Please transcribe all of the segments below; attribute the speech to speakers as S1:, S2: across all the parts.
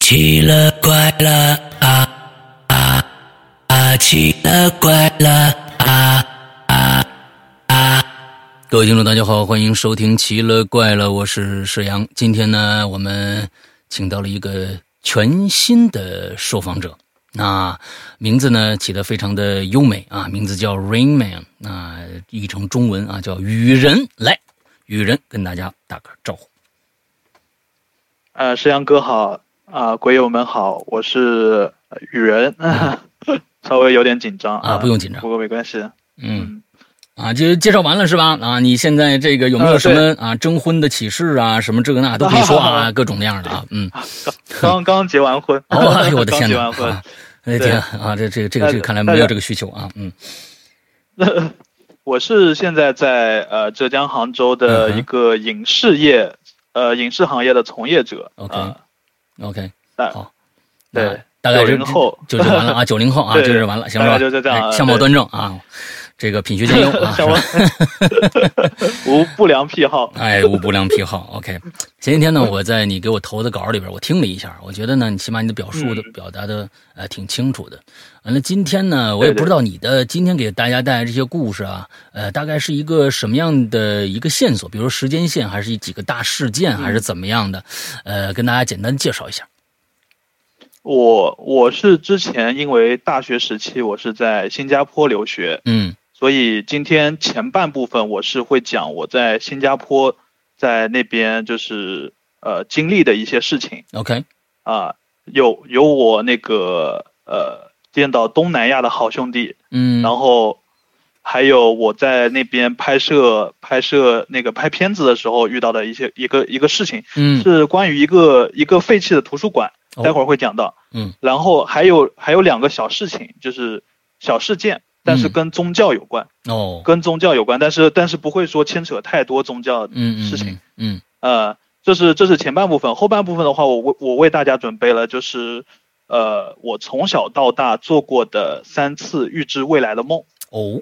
S1: 奇了怪了啊啊啊！奇了怪了啊啊啊！
S2: 各位听众，大家好，欢迎收听《奇了怪了》，我是沈阳。今天呢，我们请到了一个全新的受访者，那名字呢起得非常的优美啊，名字叫 Rain Man，那译成中文啊叫雨人。来，雨人跟大家打个招呼。
S3: 呃，石阳哥好啊、鬼友们好，我是呃雨人， 稍微有点紧张
S2: 啊不用紧张
S3: 不过没关系。
S2: 嗯，啊，就介绍完了是吧？啊，你现在这个有没有
S3: 呃
S2: 什么啊征婚的启事啊，什么这个那都可以说啊，
S3: 啊
S2: 各种那样的啊，嗯，
S3: 刚刚结完婚，
S2: 哦，哎呦我的天
S3: 刚结
S2: 哪
S3: 完！婚
S2: 啊，哎
S3: 对
S2: 天啊，这这个这个
S3: 大
S2: 这个，
S3: 家
S2: 看来
S3: 大
S2: 没有
S3: 家
S2: 这个需求啊，嗯，
S3: 我是现在在呃浙江杭州
S2: 嗯
S3: 的
S2: 哼
S3: 一个影视业，呃影视行业的从业者。
S2: OK
S3: 啊
S2: OK，
S3: 大
S2: 好，
S3: 对
S2: 啊大概就
S3: 90后
S2: 就就完了啊，九零后啊，
S3: 对
S2: 就是完了，行了
S3: 大
S2: 吧？
S3: 概就这样啊
S2: 哎相貌
S3: 对
S2: 端正啊，这个品学兼优 啊，
S3: 像我无不良癖好，
S2: 哎，无不良癖好。OK，前几天呢，我在你给我投的稿里边，我听了一下，我觉得呢，你起码你的表述的、
S3: 嗯
S2: 表达的呃挺清楚的。完了，今天呢，我也
S3: 对对
S2: 不知道你的今天给大家带来这些故事啊，呃，大概是一个什么样的一个线索，比如说时间线，还是几个大事件，
S3: 嗯
S2: 还是怎么样的？呃，跟大家简单介绍一下。
S3: 我我是之前因为大学时期我是在新加坡留学，
S2: 嗯
S3: 所以今天前半部分我是会讲我在新加坡在那边就是呃经历的一些事情
S2: ，OK，
S3: 啊、有有我那个呃见到东南亚的好兄弟，
S2: 嗯，
S3: 然后还有我在那边拍摄拍摄那个拍片子的时候遇到的一些一个一个事情，
S2: 嗯
S3: 是关于一个一个废弃的图书馆，
S2: 哦
S3: 待会儿会讲到。
S2: 嗯，
S3: 然后还有还有两个小事情，就是小事件，但是
S2: 嗯
S3: 跟宗教有关。
S2: 哦，
S3: 跟宗教有关，但是但是不会说牵扯太多宗教。
S2: 嗯嗯
S3: 事情
S2: 嗯
S3: 呃，这是这是前半部分，后半部分的话，我为我为大家准备了就是，呃，我从小到大做过的三次预知未来的梦。
S2: 哦，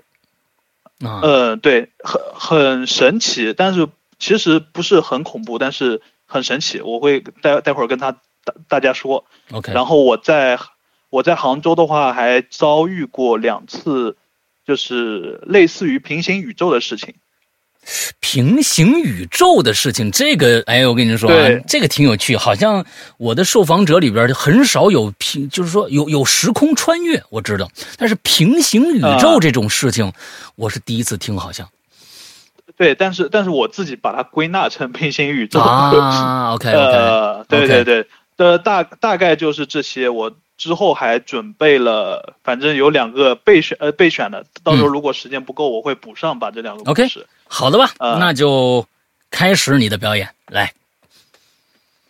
S2: 啊
S3: 呃，对，很很神奇，但是其实不是很恐怖，但是很神奇。我会待待会儿跟他大大家说。
S2: ，OK，
S3: 然后我在我在杭州的话，还遭遇过两次，就是类似于平行宇宙的事情。
S2: 平行宇宙的事情，这个哎，我跟您说啊
S3: 对，
S2: 这个挺有趣，好像我的受访者里边很少有平，就是说有有时空穿越，我知道，但是平行宇宙
S3: 啊
S2: 这种事情，我是第一次听，好 像
S3: 对，但是但是我自己把它归纳成平行宇宙。
S2: 啊，OK OK，
S3: 呃，对对对，呃，大大概就是这些。我之后还准备了，反正有两个备选呃备选的，到时候如果时间不够，我会补上把这两个
S2: 嗯
S3: 故
S2: OK
S3: 事。
S2: 好的吧，
S3: 呃
S2: 那就开始你的表演，来，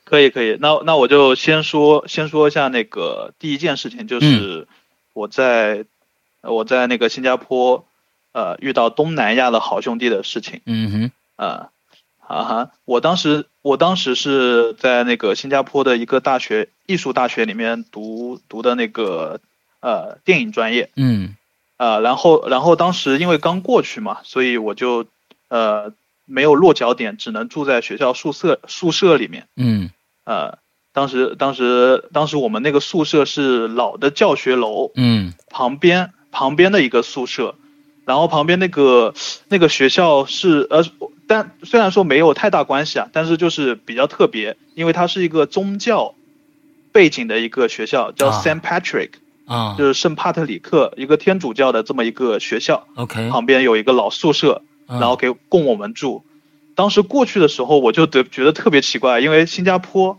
S3: 可以可以，那那我就先说先说一下那个第一件事情，
S2: 嗯
S3: 就是我在、我在那个新加坡，呃，遇到东南亚的好兄弟的事情。
S2: 嗯哼，
S3: 啊啊哈！我当时我当时是在那个新加坡的一个大学艺术大学里面读读的那个呃电影专业
S2: 嗯
S3: 啊、呃然后然后当时因为刚过去嘛，所以我就呃没有落脚点，只能住在学校宿舍宿舍里面
S2: 嗯
S3: 呃。当时，当时，当时我们那个宿舍是老的教学楼，
S2: 嗯
S3: 旁边旁边的一个宿舍，然后旁边那个那个学校是呃，但虽然说没有太大关系啊，但是就是比较特别，因为它是一个宗教背景的一个学校，叫
S2: 啊
S3: Saint Patrick，、
S2: 啊
S3: 就是圣帕特里克，一个天主教的这么一个学校，
S2: ，OK，
S3: 旁边有一个老宿舍，
S2: 嗯，
S3: 然后给供我们住。当时过去的时候，我就得觉得特别奇怪，因为新加坡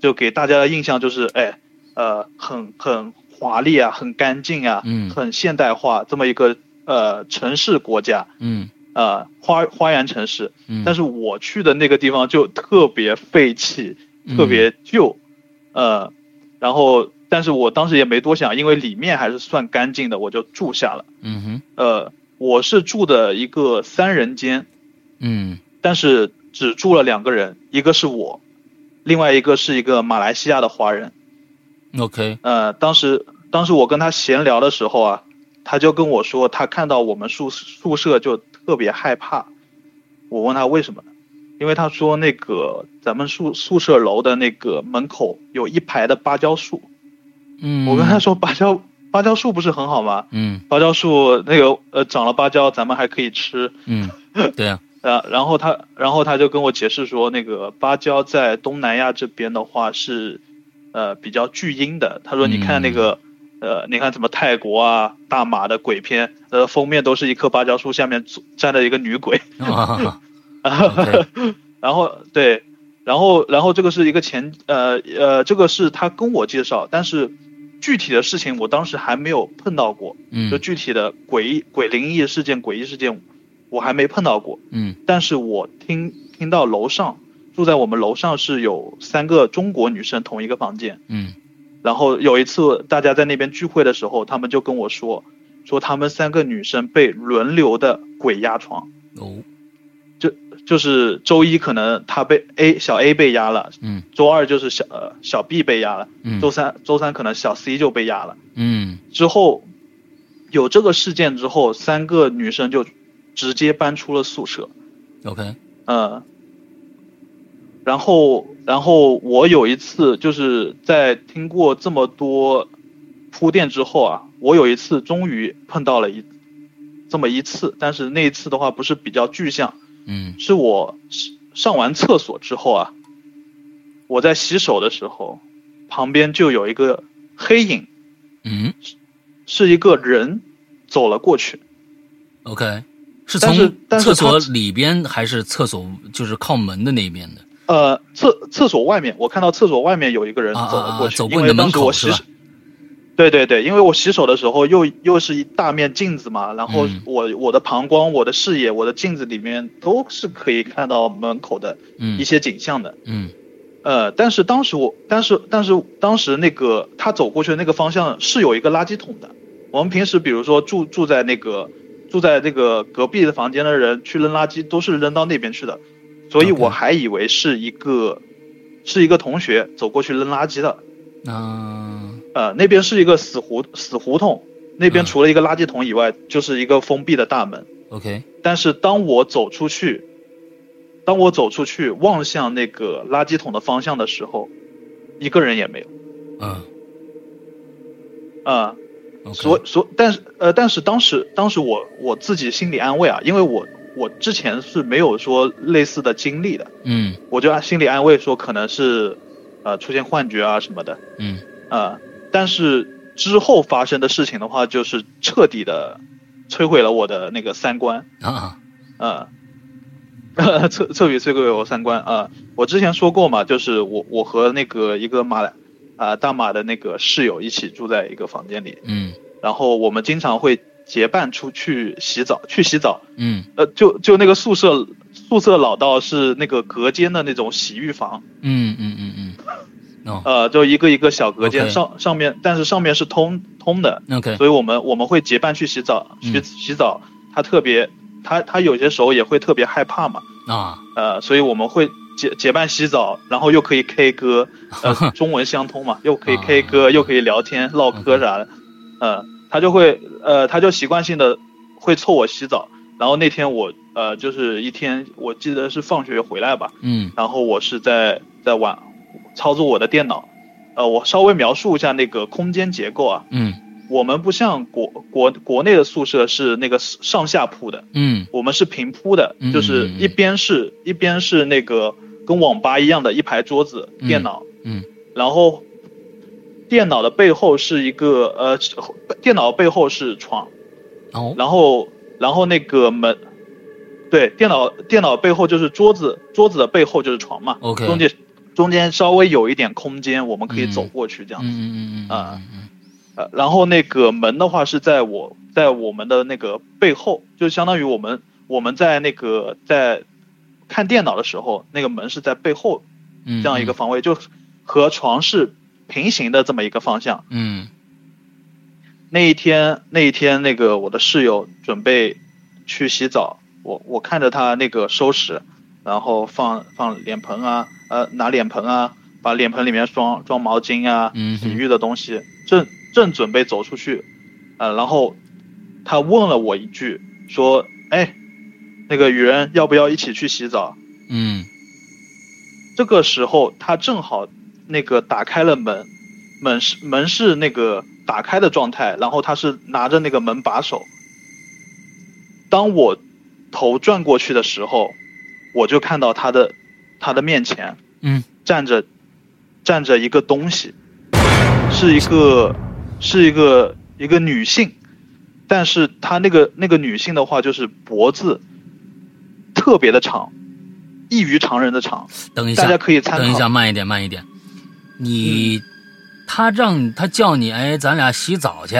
S3: 就给大家的印象就是，哎，呃，很很华丽啊，很干净啊，
S2: 嗯
S3: 很现代化这么一个呃城市国家，
S2: 嗯
S3: 呃花花园城市。
S2: 嗯，
S3: 但
S2: 是
S3: 是我去的那个地方就特别废弃，特别
S2: 嗯
S3: 旧，呃，然后但是我当时也没多想，因为里面还是算干净的，我就住下了。
S2: 嗯哼
S3: 呃，我是住的一个三人间。
S2: 嗯
S3: 但是只住了两个人，一个是我，另外一个是一个马来西亚的华人。
S2: OK，
S3: 呃，当时当时我跟他闲聊的时候啊，他就跟我说，他看到我们宿宿舍就特别害怕。我问他为什么呢？因为他说那个咱们宿宿舍楼的那个门口有一排的芭蕉树，
S2: 嗯，
S3: 我跟他，说芭蕉芭蕉树不是很好吗？
S2: 嗯
S3: 芭蕉树那个呃长了芭蕉，咱们还可以吃。
S2: 嗯，对 啊，
S3: 呃，然后他然后他就跟我解释说，那个芭蕉在东南亚这边的话是呃比较巨婴的。他说你看那个、呃，你看什么泰国啊、大马的鬼片，呃封面都是一棵芭蕉树下面坐站着一个女鬼。
S2: 啊 OK
S3: 然后对，然后然后这个是一个前呃呃，这个是他跟我介绍，但是具体的事情我当时还没有碰到过，
S2: 嗯
S3: 就具体的诡异鬼灵异事件、诡异事件，我还没碰到过。
S2: 嗯
S3: 但是我听听到楼上住在我们楼上是有三个中国女生同一个房间，
S2: 嗯
S3: 然后有一次大家在那边聚会的时候，他们就跟我说，说他们三个女生被轮流的鬼压床。
S2: 哦
S3: 就是周一可能他被 A 小 A 被压了，
S2: 嗯，
S3: 周二就是小呃小 B 被压了，
S2: 嗯
S3: 周三周三可能小 C 就被压了。
S2: 嗯
S3: 之后有这个事件之后，三个女生就直接搬出了宿舍，
S2: OK
S3: 嗯，然后然后我有一次就是在听过这么多铺垫之后啊，我有一次终于碰到了一这么一次，但是那一次的话不是比较具象。
S2: 嗯
S3: 是我上上完厕所之后啊，我在洗手的时候，旁边就有一个黑影，
S2: 嗯
S3: 是一个人走了过去。
S2: OK，是
S3: 但是
S2: 从
S3: 但是
S2: 厕
S3: 他
S2: 所里边还是厕所就是靠门的那边的？
S3: 呃，厕厕所外面，我看到厕所外面有一个人走了过去，
S2: 啊啊啊走过
S3: 因
S2: 你
S3: 为
S2: 的门
S3: 当时
S2: 口
S3: 我
S2: 是
S3: 洗
S2: 吧
S3: 手。对对对，因为我洗手的时候又又是一大面镜子嘛，然后
S2: 嗯
S3: 我我的膀胱、我的视野、我的镜子里面都是可以看到门口的
S2: 嗯
S3: 一些景象的。
S2: 嗯
S3: 呃，但是当时我，但是但是当时那个他走过去的那个方向是有一个垃圾桶的。我们平时比如说住住在那个住在那个隔壁的房间的人去扔垃圾都是扔到那边去的，所以
S2: OK
S3: 我还以为是一个是一个同学走过去扔垃圾的。
S2: 啊
S3: 呃，那边是一个死胡死胡同，那边
S2: 嗯
S3: 除了一个垃圾桶以外，就是一个封闭的大门。
S2: OK
S3: 但是当我走出去，当我走出去望向那个垃圾桶的方向的时候，一个人也没有
S2: 嗯
S3: 啊、
S2: OK
S3: 所所，但是呃，但是当时当时我我自己心理安慰啊，因为我我之前是没有说类似的经历的，
S2: 嗯
S3: 我就按心理安慰说可能是呃出现幻觉啊什么的
S2: 嗯
S3: 啊、但是之后发生的事情的话，就是彻底的摧毁了我的那个三观。
S2: 啊
S3: 啊，彻彻底摧毁我三观啊！我之前说过嘛，就是我我和那个一个马来啊、大马的那个室友一起住在一个房间里，
S2: 嗯
S3: 然后我们经常会结伴出去洗澡，去洗澡。
S2: 嗯
S3: 呃，就就那个宿舍宿舍老道是那个隔间的那种洗浴房，
S2: 嗯嗯嗯嗯哦
S3: 呃，就一个一个小隔间
S2: OK
S3: 上上面，但是上面是通通的，
S2: OK
S3: 所以我们我们会结伴去洗澡，去
S2: 嗯
S3: 洗澡。他特别他他有些时候也会特别害怕嘛。
S2: 啊
S3: 呃，所以我们会结结伴洗澡，然后又可以 K 歌，呃，中文相通嘛，又可以 K 歌，又可以聊天唠嗑啥的，呃，他就会呃，他就习惯性的会凑我洗澡，然后那天我呃，就是一天我记得是放学回来吧，
S2: 嗯
S3: 然后我是在在玩操作我的电脑，呃，我稍微描述一下那个空间结构啊，
S2: 嗯
S3: 我们不像国国国内的宿舍是那个上下铺的，
S2: 嗯
S3: 我们是平铺的
S2: 嗯，
S3: 就是一边是一边是那个跟网吧一样的一排桌子、
S2: 嗯
S3: 电脑，
S2: 嗯，
S3: 然后电脑的背后是一个呃，电脑背后是床，
S2: 哦
S3: 然后然后那个门，对，电脑电脑背后就是桌子，桌子的背后就是床嘛
S2: 哦 OK
S3: 中间中间稍微有一点空间，我们可以走过去这样
S2: 嗯
S3: 子。
S2: 嗯嗯嗯
S3: 呃，然后那个门的话是在我在我们的那个背后，就相当于我们我们在那个在看电脑的时候，那个门是在背后
S2: 嗯
S3: 这样一个方位，就和床是平行的这么一个方向。
S2: 嗯
S3: 那一天那一天那个我的室友准备去洗澡，我我看着他那个收拾，然后放放脸盆啊，呃拿脸盆啊，把脸盆里面装装毛巾啊，
S2: 嗯
S3: 洗浴的东西，正正准备走出去，呃，然后他问了我一句，说：“哎，那个雨人要不要一起去洗澡？”
S2: 嗯
S3: 这个时候他正好那个打开了门，门是门是那个打开的状态，然后他是拿着那个门把手。当我头转过去的时候，我就看到他的他的面前
S2: 嗯
S3: 站着站着一个东西，是一个是一个一个女性，但是她那个那个女性的话就是脖子特别的长，异于常人的长。
S2: 等一
S3: 大家
S2: 下，
S3: 可以参考。嗯
S2: 等一下，慢一点，慢一点。你，他让他叫你，哎，咱俩洗澡去。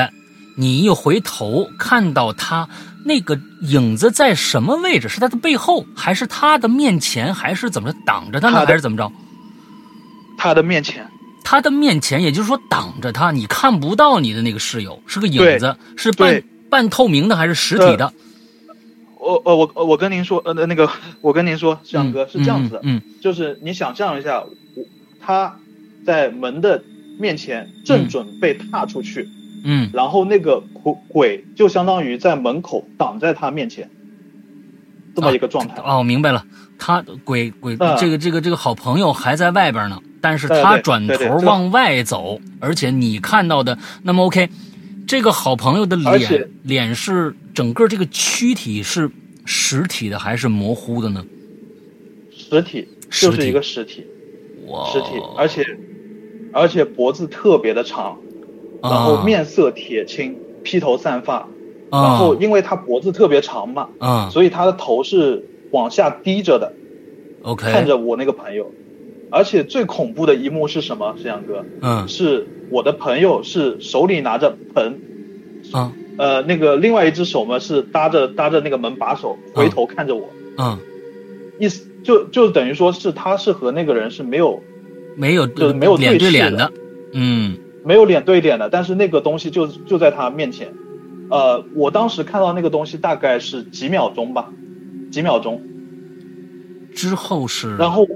S2: 你一回头看到他那个影子在什么位置？是他的背后，还是他的面前，还是怎么着挡着他
S3: 他
S2: 呢？
S3: 的
S2: 还是怎么着？
S3: 他的面前，
S2: 他的面前，也就是说挡着他，你看不到你的那个室友是个影子，是半
S3: 对呃
S2: 半透明的还是实体的？
S3: 我呃我我跟您说呃那个我跟您说，志阳哥、是这样子的，
S2: 嗯，
S3: 就是你想象一下，我他在门的面前正准备踏出去，
S2: 嗯嗯
S3: 然后那个鬼鬼就相当于在门口挡在他面前，这么一个状态。
S2: 嗯，哦，明白了，他鬼鬼、
S3: 嗯
S2: 这个这个这个好朋友还在外边呢，但是
S3: 对
S2: 他
S3: 对
S2: 转
S3: 对对
S2: 头
S3: 对
S2: 往外走，而且你看到的，那么 OK，这个好朋友的
S3: 而且
S2: 脸脸是整个这个躯体是实体的还是模糊的呢？
S3: 实体
S2: 实
S3: 就
S2: 体哦
S3: 是一个实体，
S2: 哇，
S3: 实体，而且而且脖子特别的长，然后
S2: 啊
S3: 面色铁青，披头散发，
S2: 啊
S3: 然后因为他脖子特别长嘛，
S2: 啊
S3: 所以他的头是往下低着的，
S2: ，OK，
S3: 看着我那个朋友。而且最恐怖的一幕是什么？石阳哥，
S2: 嗯
S3: 是我的朋友是手里拿着盆，
S2: 啊
S3: 呃，那个另外一只手嘛是搭着搭着那个门把手，
S2: 啊
S3: 回头看着我，
S2: 嗯，
S3: 意思就就等于说是他是和那个人是没有
S2: 没有
S3: 就是没有对视
S2: 脸对脸
S3: 的
S2: 的，嗯
S3: 没有脸对脸的，但是那个东西就就在他面前。呃，我当时看到那个东西大概是几秒钟吧，几秒钟，
S2: 之后是
S3: 然后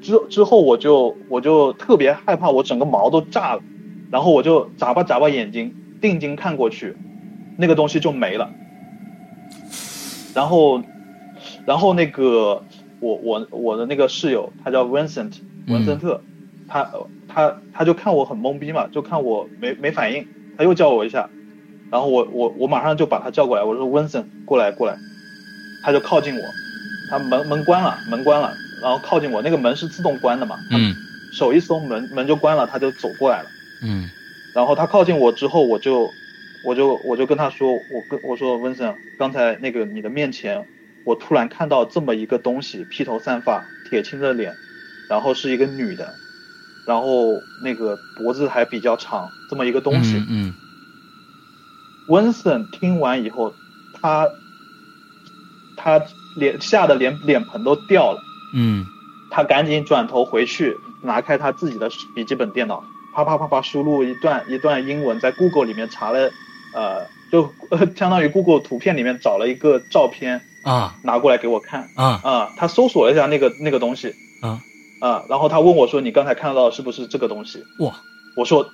S3: 之之后我就我就特别害怕，我整个毛都炸了，然后我就眨巴眨巴眼睛，定睛看过去，那个东西就没了。然后，然后那个我我我的那个室友，他叫 Vincent
S2: 嗯
S3: 文森特，他他他就看我很懵逼嘛，就看我没没反应，他又叫我一下，然后我我我马上就把他叫过来，我说 Vincent 过来过来，他就靠近我，他门门关了，门关了，然后靠近我，那个门是自动关的嘛，他
S2: 嗯
S3: 手一松门门就关了，他就走过来了。
S2: 嗯
S3: 然后他靠近我之后，我就我就我就跟他说，我跟我说温森，刚才那个你的面前，我突然看到这么一个东西，披头散发，铁青着脸，然后是一个女的，然后那个脖子还比较长，这么一个东西。
S2: 嗯嗯
S3: 温森听完以后，他他脸吓得连脸盆都掉了。
S2: 嗯
S3: 他赶紧转头回去，拿开他自己的笔记本电脑，啪啪啪啪输入一段一段英文，在 Google 里面查了，呃，就 呃相当于 Google 图片里面找了一个照片
S2: 啊
S3: 拿过来给我看
S2: 啊
S3: 啊、他搜索了一下那个那个东西
S2: 啊
S3: 啊、然后他问我说：“你刚才看到的是不是这个东西
S2: 哇，？”
S3: 我说：“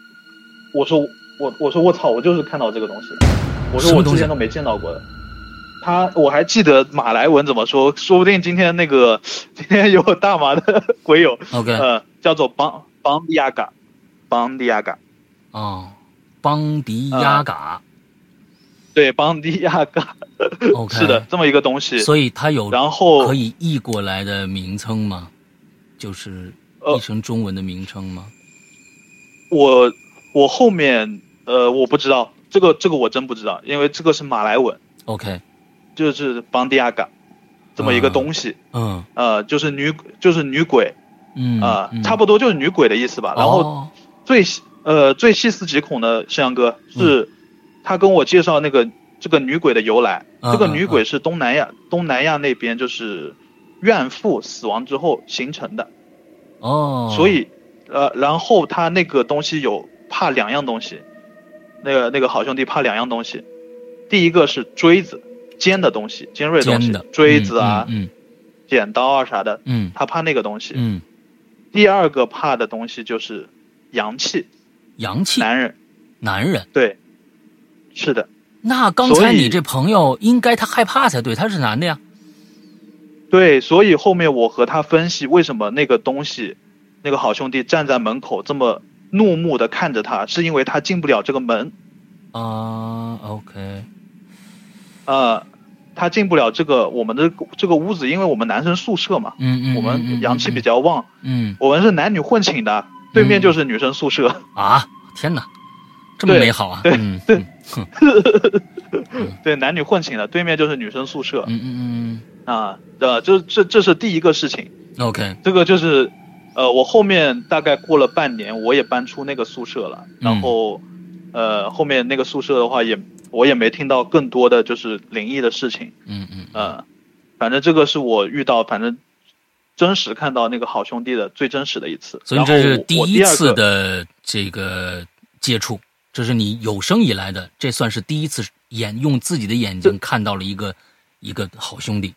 S3: 我说我我说我操，我就是看到这个东西，我
S2: 什
S3: 说
S2: 么
S3: 我
S2: 东西啊
S3: 之前都没见到过的。”他我还记得马来文怎么说，说不定今天那个今天有大马的 鬼友
S2: OK
S3: 呃，叫做邦邦迪亚嘎，邦迪亚嘎，
S2: 哦，邦迪
S3: 啊
S2: 亚嘎
S3: 对，邦迪亚嘎，
S2: OK
S3: 是的，这么一个东西。
S2: 所以它有
S3: 然后
S2: 可以译过来的名称吗？就是
S3: 呃
S2: 译成中文的名称吗？
S3: 我我后面呃，我不知道这个这个我真不知道，因为这个是马来文，
S2: OK，
S3: 就是邦迪亚嘎这么一个东西，
S2: 嗯
S3: 呃，就是女就是女鬼
S2: 嗯
S3: 啊、
S2: 嗯
S3: 差不多就是女鬼的意思吧。然后
S2: 哦
S3: 最细呃最细思极恐的摄像哥
S2: 嗯
S3: 是，他跟我介绍那个这个女鬼的由来。
S2: 嗯
S3: 这个
S2: 嗯
S3: 女鬼是东南亚东南亚那边就是怨妇死亡之后形成的，
S2: 哦，
S3: 所以呃，然后他那个东西有怕两样东西，那个那个好兄弟怕两样东西，第一个是锥子，尖的东西，尖锐的东
S2: 尖
S3: 西
S2: 的，
S3: 锥子啊、
S2: 嗯
S3: 剪刀啊啥的，
S2: 嗯
S3: 他怕那个东西。
S2: 嗯，嗯
S3: 第二个怕的东西就是阳气，
S2: 洋气
S3: 男人
S2: 男人。
S3: 对，是的，
S2: 那刚才
S3: 所以
S2: 你这朋友应该他害怕才对，他是男的呀。
S3: 对，所以后面我和他分析为什么那个东西，那个好兄弟站在门口这么怒目的看着他，是因为他进不了这个门，
S2: 啊，OK，
S3: 呃，他进不了这个我们的这个屋子，因为我们男生宿舍嘛，
S2: 嗯嗯，
S3: 我
S2: 嗯
S3: 们阳气比，较旺，
S2: 嗯嗯
S3: 我们是男女混寝的，对面就是女生宿舍，
S2: 嗯啊，天哪，这么
S3: 对
S2: 美好啊，
S3: 对
S2: 嗯
S3: 对
S2: 嗯哼
S3: 对，男女混寝的，对面就是女生宿舍
S2: 嗯嗯
S3: 啊，呃，这这这是第一个事情，
S2: 嗯，OK，
S3: 这个就是，呃，我后面大概过了半年，我也搬出那个宿舍了，
S2: 嗯
S3: 然后，呃，后面那个宿舍的话也，我也没听到更多的就是灵异的事情，
S2: 嗯嗯
S3: 呃，反正这个是我遇到，反正真实看到那个好兄弟的最真实的一次。
S2: 所以这是
S3: 然后我
S2: 一
S3: 我
S2: 次
S3: 二个
S2: 的这个接触，这是你有生以来的，这算是第一次眼用自己的眼睛看到了一个一个好兄弟，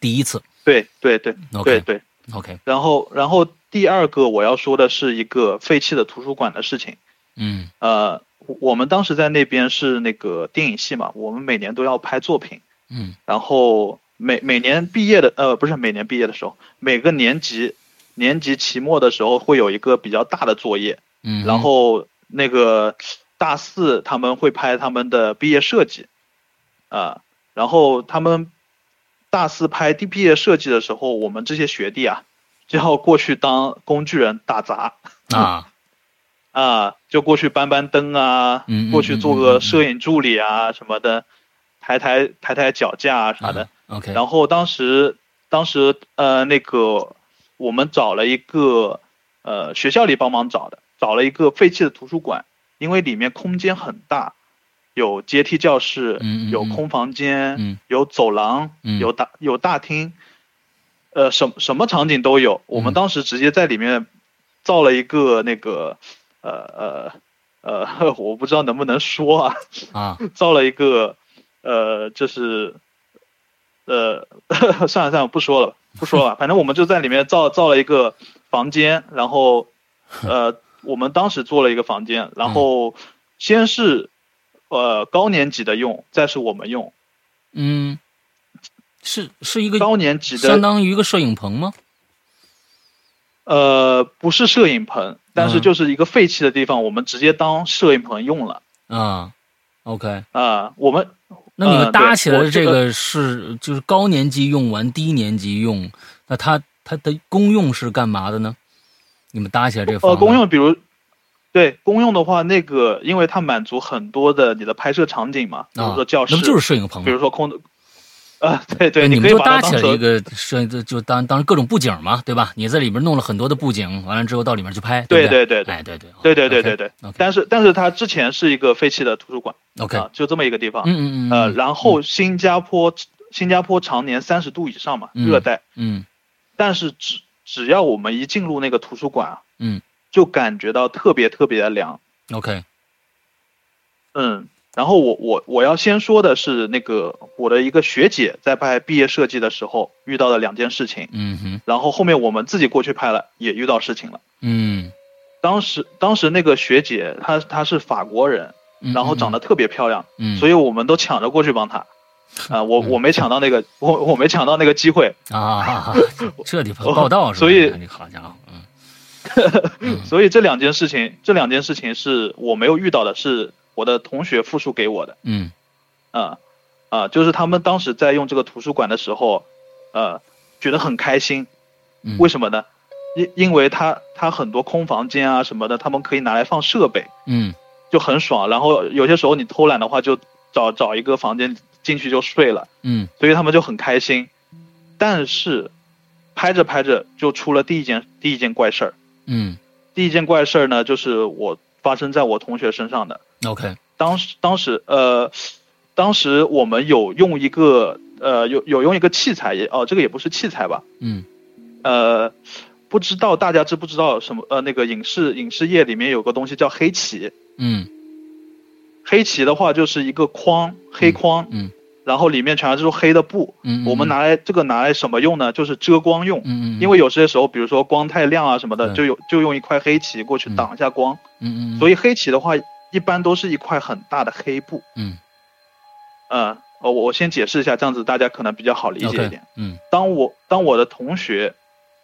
S2: 第一次
S3: 对对对对
S2: ，OK
S3: 对，
S2: OK，
S3: 然后然后第二个我要说的是一个废弃的图书馆的事情。
S2: 嗯
S3: 呃，我我们当时在那边是那个电影系嘛，我们每年都要拍作品，
S2: 嗯
S3: 然后每每年毕业的呃不是每年毕业的时候，每个年级年级期末的时候会有一个比较大的作业，
S2: 嗯，
S3: 然后那个大四他们会拍他们的毕业设计，啊、然后他们大四拍毕业设计的时候，我们这些学弟啊，就要过去当工具人打杂
S2: 啊，
S3: 啊、就过去搬搬灯啊，
S2: 嗯嗯
S3: 过去做个摄影助理啊什么的，抬抬抬抬脚架啊啥的。
S2: 嗯 OK，
S3: 然后当时当时呃那个我们找了一个呃学校里帮忙找的，找了一个废弃的图书馆，因为里面空间很大，有阶梯教室，
S2: 嗯嗯嗯
S3: 有空房间，
S2: 嗯
S3: 有走廊，
S2: 嗯
S3: 有大有大厅，呃什么什么场景都有。我
S2: 嗯
S3: 们当时直接在里面造了一个那个呃呃呃， 我不知道能不能说啊，
S2: 啊，
S3: 造了一个，呃，就是，呃， 算了算了，不说了，不说 了，反正我们就在里面造造了一个房间，然后，呃，我们当时做了一个房间，然
S2: 嗯
S3: 后先是，呃，高年级的用，再是我们用，
S2: 嗯，是是一个
S3: 高年级
S2: 嗯相
S3: 的，
S2: 当于一个摄影棚吗？
S3: 呃，不是摄影棚，但是
S2: 嗯
S3: 就是一个废弃的地方，我们直接当摄影棚用了
S2: 啊，OK，
S3: 啊、我们
S2: 那你们
S3: 嗯
S2: 搭
S3: 对
S2: 起来
S3: 我
S2: 的
S3: 这
S2: 这
S3: 个
S2: 个是就是高年级用完，低年级用，那它它的功用是干嘛的呢？你们搭起来这个房
S3: 呃，
S2: 子
S3: 公用比如，对公用的话，那个因为它满足很多的你的拍摄场景嘛，比如
S2: 啊，
S3: 说教室，
S2: 那不就是摄影棚
S3: 比
S2: 吗？
S3: 如说空的，啊、对对，
S2: 你
S3: 可
S2: 们
S3: 以
S2: 就
S3: 把它
S2: 搭起
S3: 当
S2: 来一
S3: 成
S2: 个摄，就当当各种布景嘛，对吧？你在里边弄了很多的布景，完了之后到里面去拍，
S3: 对
S2: 不对
S3: 对对对
S2: 哎，对对
S3: 对对对对对。
S2: ，OK
S3: 但是但是它之前是一个废弃的图书馆
S2: OK，
S3: 啊，就这么一个地方。
S2: 嗯嗯嗯，
S3: 呃，
S2: 嗯
S3: 然后新加坡新加坡常年三十度以上嘛，
S2: 嗯
S3: 热带，
S2: 嗯
S3: 但是只只要我们一进入那个图书馆啊，
S2: 嗯，
S3: 就感觉到特别特别的凉。
S2: OK，
S3: 嗯，然后我我我要先说的是那个我的一个学姐在拍毕业设计的时候遇到的两件事情，
S2: 嗯哼，
S3: 然后后面我们自己过去拍了也遇到事情了。
S2: 嗯，
S3: 当时当时那个学姐她她是法国人，
S2: 嗯
S3: 然后长得，特别漂亮，
S2: 嗯，
S3: 所
S2: 以
S3: 以我们都抢着过去帮她。 啊、我我没抢到那个我我没抢到那个机会，
S2: 啊， 彻底报道是吧？
S3: 所以
S2: 你好家伙，嗯
S3: 所以这两件事情这两件事情是我没有遇到的，是我的同学复述给我的。
S2: 嗯
S3: 啊、啊，就是他们当时在用这个图书馆的时候，呃，觉得很开心。
S2: 嗯，
S3: 为什么呢？因因为它它很多空房间啊什么的，他们可以拿来放设备，
S2: 嗯
S3: 就很爽。然后有些时候你偷懒的话，就找找一个房间进去就睡了，
S2: 嗯
S3: 所以他们就很开心。但是拍着拍着就出了第一件第一件怪事儿。
S2: 嗯
S3: 第一件怪事儿呢，就是我发生在我同学身上的。
S2: ，OK，
S3: 当时当时呃，当时我们有用一个呃有有用一个器材也哦，这个也不是器材吧？
S2: 嗯
S3: 呃，不知道大家知不知道什么呃那个影视影视业里面有个东西叫黑旗，
S2: 嗯
S3: 黑旗的话就是一个框黑框，
S2: 嗯嗯
S3: 然后里面全是黑的布。
S2: 嗯，
S3: 我们拿来这个拿来什么用呢？就是遮光用。
S2: 嗯嗯，
S3: 因为有些时候，比如说光太亮啊什么的，
S2: 对
S3: 就有就用一块黑旗过去
S2: 嗯
S3: 挡一下光。
S2: 嗯嗯，
S3: 所
S2: 以
S3: 以黑棋的话，一般都是一块很大的黑布。
S2: 嗯，
S3: 呃，呃，我我先解释一下，这样子大家可能比较好理解一点。
S2: OK，嗯
S3: 当我当我的同学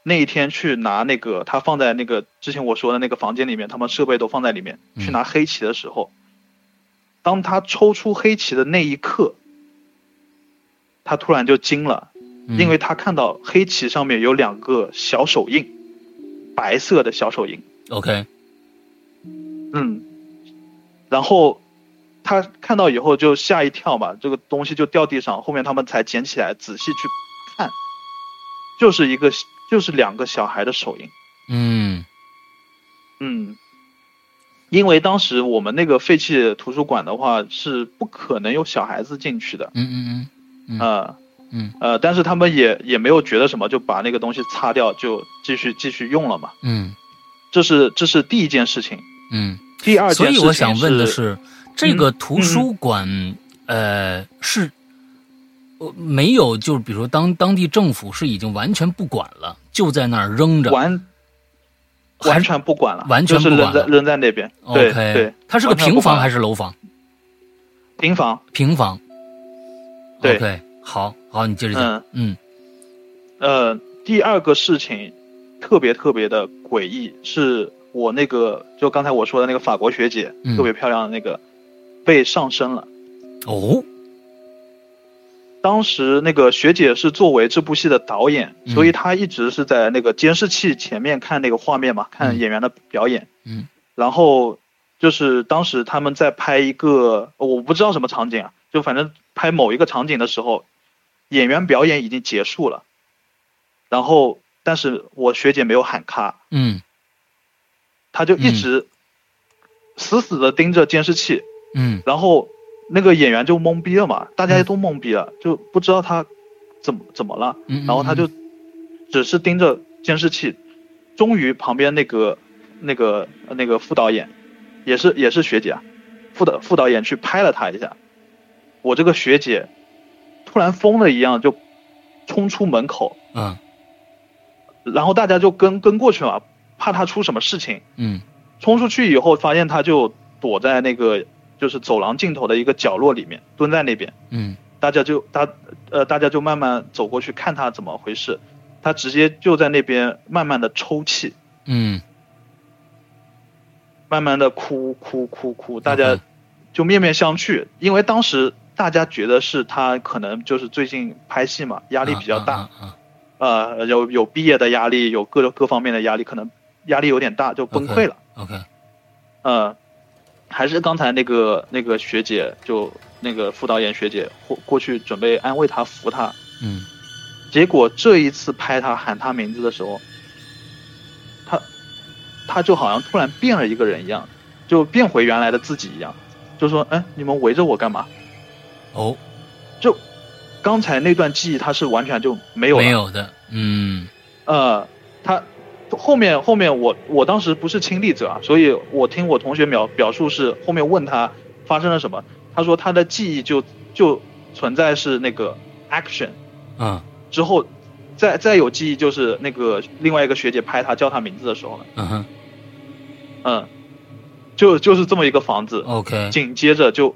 S3: 那一天去拿那个他放在那个之前我说的那个房间里面，他们设备都放在里面
S2: 嗯
S3: 去拿黑棋的时候，当他抽出黑棋的那一刻，他突然就惊了，
S2: 嗯，
S3: 因为他看到黑棋上面有两个小手印，白色的小手印。
S2: OK，
S3: 嗯，然后他看到以后就吓一跳嘛，这个东西就掉地上，后面他们才捡起来仔细去看，就是一个就是两个小孩的手印，
S2: 嗯
S3: 嗯，因为当时我们那个废弃的图书馆的话是不可能有小孩子进去的，
S2: 嗯嗯嗯
S3: 呃，
S2: 嗯
S3: 呃，但是他们也也没有觉得什么，就把那个东西擦掉，就继续继续用了嘛，
S2: 嗯
S3: 这是这是第一件事情，
S2: 嗯
S3: 第
S2: 嗯，
S3: 二件
S2: 所
S3: 事情
S2: 以我想问的
S3: 是，
S2: 是，这个图书馆呃是。呃没有，就是比如说当当地政府是已经完全不管了，就在那儿扔着，
S3: 完
S2: 还
S3: 完
S2: 是
S3: 全不管了，
S2: 完全
S3: 就是
S2: 不
S3: 扔
S2: 管
S3: 在
S2: 了
S3: 扔在那边。对
S2: OK，
S3: 对，
S2: 它是个
S3: 完全
S2: 平
S3: 不管
S2: 房
S3: 了
S2: 还是楼房？
S3: 平房。
S2: 平房。
S3: 对
S2: o k 好，好，你接着讲。
S3: 嗯
S2: 嗯
S3: 呃，第二个事情特别特别的诡异，是我那个就刚才我说的那个法国学姐，
S2: 嗯
S3: 特别漂亮的那个被上身了。
S2: 哦，
S3: 当时那个学姐是作为这部戏的导演，
S2: 嗯
S3: 所以她一直是在那个监视器前面看那个画面嘛，看演员的表演。
S2: 嗯，
S3: 然后就是当时他们在拍一个我不知道什么场景啊，就反正拍某一个场景的时候，演员表演已经结束了，然后但是我学姐没有喊卡，
S2: 嗯
S3: 她就一直死死的盯着监视器，
S2: 嗯
S3: 然后那个演员就懵逼了嘛，大家都懵逼了，就不知道他怎么怎么了，
S2: 嗯，
S3: 然后他就只是盯着监视器，终于旁边那个那个那个副导演，也是也是学姐啊，副导副导演去拍了他一下，我这个学姐突然疯了一样就冲出门口，
S2: 嗯
S3: 然后大家就跟跟过去嘛，怕他出什么事情，
S2: 嗯
S3: 冲出去以后发现他就躲在那个就是走廊尽头的一个角落里面蹲在那边。
S2: 嗯
S3: 大家就他呃，大家就慢慢走过去看他怎么回事。他直接就在那边慢慢的抽泣，
S2: 嗯
S3: 慢慢的哭哭哭哭，大家
S2: OK
S3: 就面面相觑，因为当时大家觉得是他可能就是最近拍戏嘛，压
S2: 压
S3: 力比较大，
S2: 啊啊啊
S3: 呃，有有毕业的压力，有各各方面的压力，可能压力有点大，就崩溃了。
S2: OK，
S3: 呃，还是刚才那个那个学姐，就那个副导演学姐过过去准备安慰他、扶他，
S2: 嗯
S3: 结果这一次拍他喊他名字的时候，他他就好像突然变了一个人一样，就变回原来的自己一样，就说：“哎，你们围着我干嘛
S2: 哦，？”
S3: 就刚才那段记忆，他是完全就没有了
S2: 没有的，嗯
S3: 呃，他后面后面我我当时不是亲历者啊，所以我听我同学描表述是后面问他发生了什么，他说他的记忆就就存在是那个 action
S2: 嗯
S3: 之后，再再有记忆就是那个另外一个学姐拍他叫他名字的时候了，
S2: 嗯哼
S3: 嗯，就就是这么一个房子，
S2: ，OK，
S3: 紧接着就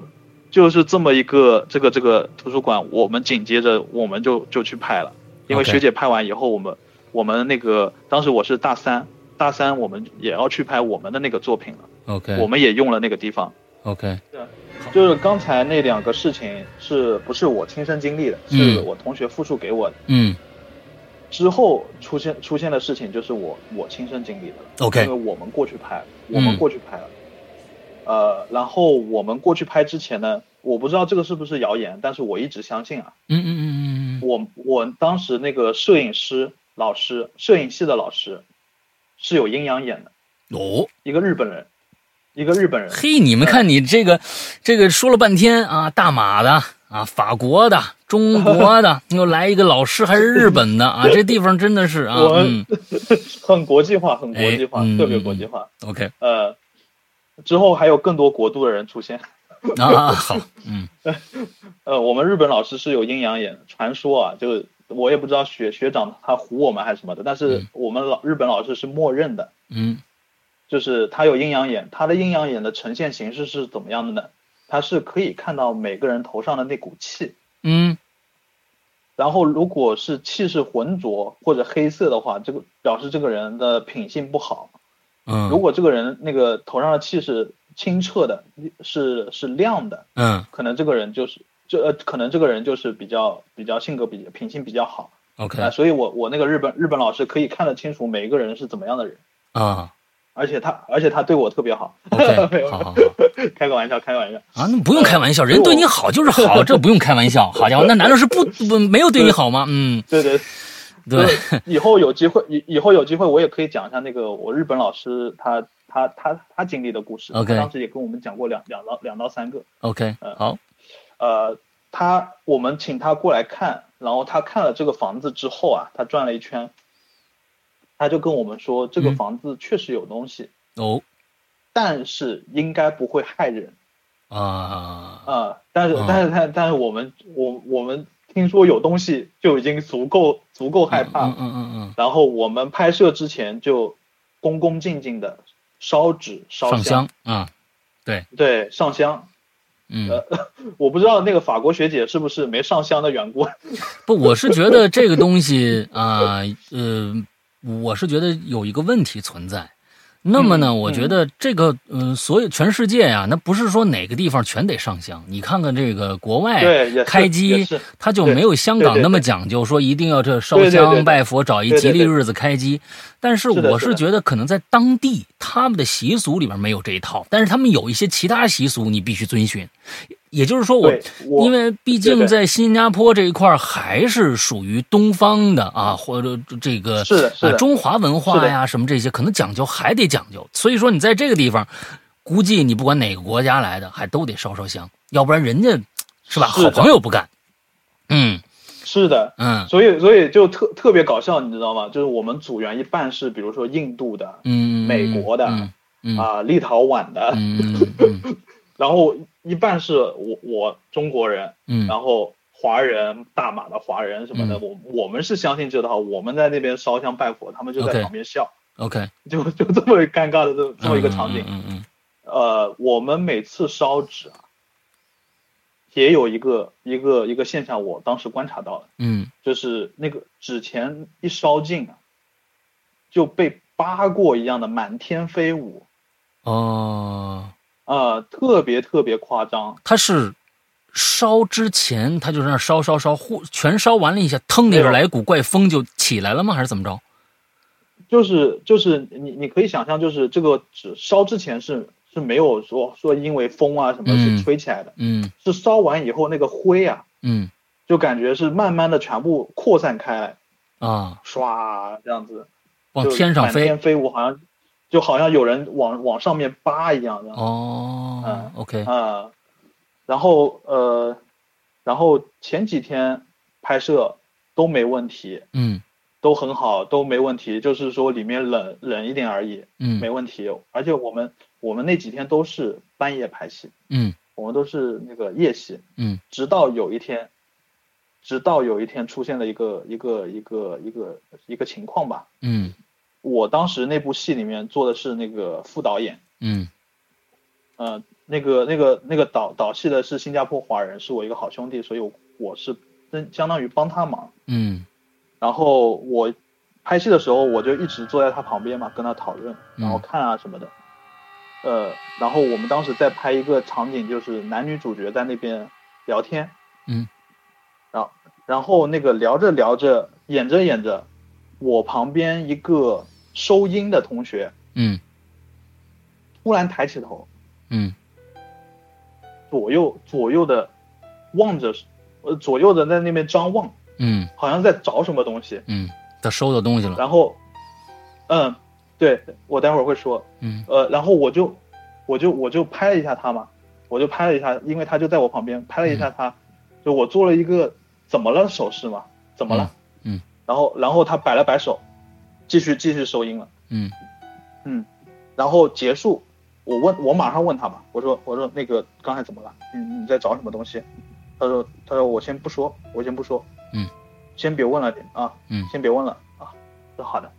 S3: 就是这么一个这个这个图书馆，我们紧接着我们就就去拍了，因为
S2: OK
S3: 学姐拍完以后，我们我们那个当时我是大三，大三我们也要去拍我们的那个作品了，我
S2: OK
S3: 们也用了那个地方。
S2: OK，
S3: 就是刚才那两个事情是不是我亲身经历的？
S2: 嗯
S3: 是我同学复述给我的。
S2: 嗯
S3: 之后出现出现的事情就是我我亲身经历的了。因
S2: OK，
S3: 为我们过去拍，
S2: 嗯
S3: 我们过去拍了。呃，然后我们过去拍之前呢，我不知道这个是不是谣言，但是我一直相信啊。
S2: 嗯嗯嗯嗯嗯
S3: 我我当时那个摄影师老师，摄影系的老师是有阴阳眼的，
S2: 嗯，哦，
S3: 一个日本人，一个日本人。
S2: 嘿，你们看你这个这个说了半天啊，大马的啊，法国的。中国的又来一个老师，还是日本的啊？这地方真的是啊，
S3: 我
S2: 嗯
S3: 很国际化，很国际化，
S2: 哎嗯
S3: 特别国际化。
S2: ，OK
S3: 呃，之后还有更多国度的人出现。
S2: 啊，好，嗯
S3: 呃，我们日本老师是有阴阳眼，传说啊，就是我也不知道学学长他唬我们还是什么的，但是
S2: 嗯
S3: 我们老日本老师是默认的，
S2: 嗯
S3: 就是他有阴阳眼，他的阴阳眼的呈现形式是怎么样的呢？他是可以看到每个人头上的那股气，
S2: 嗯
S3: 然后如果是气势浑浊或者黑色的话，这个表示这个人的品性不好。
S2: 嗯，
S3: 如果这个人那个头上的气是清澈的，是是亮的，
S2: 嗯
S3: 可能这个人就是这、呃、可能这个人就是比较比较性格比品性比较好啊、
S2: ，OK
S3: 所以我我那个日本日本老师可以看得清楚每一个人是怎么样的人，
S2: 啊
S3: 而且他而且他对我特别好，没
S2: ，OK，
S3: 有
S2: 好好好
S3: 开个玩笑，开个玩笑，
S2: 啊，那不用开玩笑，人对你好就是好，这不用开玩笑。好家伙，那难道是不不没有对你好吗？嗯，
S3: 对 对
S2: 对，
S3: 就是以后有机会，以以后有机会我也可以讲一下那个我日本老师他他他他经历的故事。
S2: OK
S3: 他当时也跟我们讲过两两到两到三个。
S2: OK，好，
S3: 呃，他我们请他过来看，然后他看了这个房子之后啊，他转了一圈，他就跟我们说这个
S2: 嗯
S3: 房子确实有东西，
S2: 哦
S3: 但是应该不会害人
S2: 啊，
S3: 啊、但是、
S2: 嗯
S3: 但是但但是我们我我们听说有东西就已经足够足够害怕了。
S2: 嗯嗯嗯
S3: 然后我们拍摄之前就恭恭敬敬的烧纸
S2: 嗯，
S3: 烧
S2: 上香啊，
S3: 对，上香。
S2: 嗯，
S3: 我不知道那个法国学姐是不是没上香的缘故。
S2: 不，我是觉得这个东西啊，呃，我是觉得有一个问题存在。那么呢，
S3: 嗯
S2: 我觉得这个，嗯，所有全世界呀、啊那不是说哪个地方全得上香。你看看这个国外
S3: 对，也是
S2: 哎开
S3: 也
S2: 机
S3: 是，
S2: 它就没有香港
S3: 对对对
S2: 那么讲究，说一定要这烧
S3: 对对对
S2: 香
S3: 对
S2: 拜佛，找一
S3: 对
S2: 吉
S3: 对
S2: 利
S3: 对
S2: 日子开机。但是
S3: 是的
S2: 我
S3: 是
S2: 是
S3: 的
S2: 觉得，可能在当地他们的习俗里边没有这一套，但是他们有一些其他习俗你必须遵循。也就是说，我
S3: 对，我
S2: 因为毕竟在新加坡这一块儿还是属于东方的啊，或者这个
S3: 是的是
S2: 呃
S3: 的
S2: 中华文化呀什么这些，可能讲究还得讲究。所以说你在这个地方，估计你不管哪个国家来的，还都得烧烧香，要不然人家是吧？
S3: 是
S2: 好
S3: 的
S2: 朋友不干。嗯
S3: 是的。
S2: 嗯
S3: 所以，所以就特特别搞笑，你知道吗？就是我们组员一半是比如说印度的啊、
S2: 嗯，
S3: 美国的啊
S2: 嗯嗯
S3: 立陶宛的，
S2: 嗯嗯嗯嗯
S3: 然后一半是我我中国人，
S2: 嗯
S3: 然后华人大马的华人什么的，我我们是相信这套，我们在那边烧香拜佛，他们就在
S2: OK
S3: 旁边笑。
S2: ，OK，
S3: 就就这么尴尬的这么这么一个场景。
S2: 嗯嗯
S3: 呃，我们每次烧纸啊，也有一个一个一个现象，我当时观察到了，
S2: 嗯
S3: 就是那个纸钱一烧尽啊，就被扒过一样的满天飞舞，
S2: 哦，
S3: 呃，特别特别夸张。
S2: 他是烧之前，他就在那儿烧烧烧，忽全烧完了一下，腾的一
S3: 对
S2: 个
S3: 啊
S2: 来股怪风就起来了吗？还是怎么着？
S3: 就是就是你你可以想象，就是这个纸烧之前是是没有说说因为风啊什么
S2: 嗯
S3: 是吹起来的，
S2: 嗯
S3: 是烧完以后那个灰啊，
S2: 嗯
S3: 就感觉是慢慢的全部扩散开来，
S2: 啊，
S3: 唰这样子
S2: 往
S3: 就
S2: 天上
S3: 满
S2: 飞
S3: 天飞舞，好像就好像有人往往上面扒一样的啊、
S2: 哦
S3: 嗯。
S2: OK，
S3: 然后呃，然后前几天拍摄都没问题，
S2: 嗯
S3: 都很好，都没问题，就是说里面冷冷一点而已，没
S2: 嗯
S3: 问题。而且我们我们那几天都是半夜拍戏，
S2: 嗯
S3: 我们都是那个夜戏，
S2: 嗯，
S3: 直到有一天。直到有一天出现了一个一个一个一个一个情况吧，
S2: 嗯
S3: 我当时那部戏里面做的是那个副导演，
S2: 嗯
S3: 呃，那个那个那个导导戏的是新加坡华人，是我一个好兄弟，所以我我是真相当于帮他忙。
S2: 嗯
S3: 然后我拍戏的时候，我就一直坐在他旁边嘛，跟他讨论，
S2: 嗯
S3: 然后看啊什么的。呃，然后我们当时在拍一个场景，就是男女主角在那边聊天，
S2: 嗯，
S3: 然后然后那个聊着聊着，演着演着，我旁边一个收音的同学，
S2: 嗯
S3: 突然抬起头，
S2: 嗯
S3: 左右左右的望着，呃，左右的在那边张望，
S2: 嗯
S3: 好像在找什么东西。
S2: 嗯，他收到东西了。
S3: 然后，嗯，对我待会儿会说，
S2: 嗯
S3: 呃，然后我就我就我就拍了一下他嘛，我就拍了一下，因为他就在我旁边，拍了一
S2: 嗯
S3: 下他，就我做了一个怎么了手势嘛，怎么了？
S2: 嗯嗯
S3: 然后然后他摆了摆手，继续继续收音了。
S2: 嗯
S3: 然后结束，我问我马上问他嘛，我说我说那个刚才怎么了？你你在找什么东西？他说他说我先不说，我先不说，
S2: 嗯，
S3: 先别问了啊，
S2: 嗯
S3: 先别问了啊，说好的。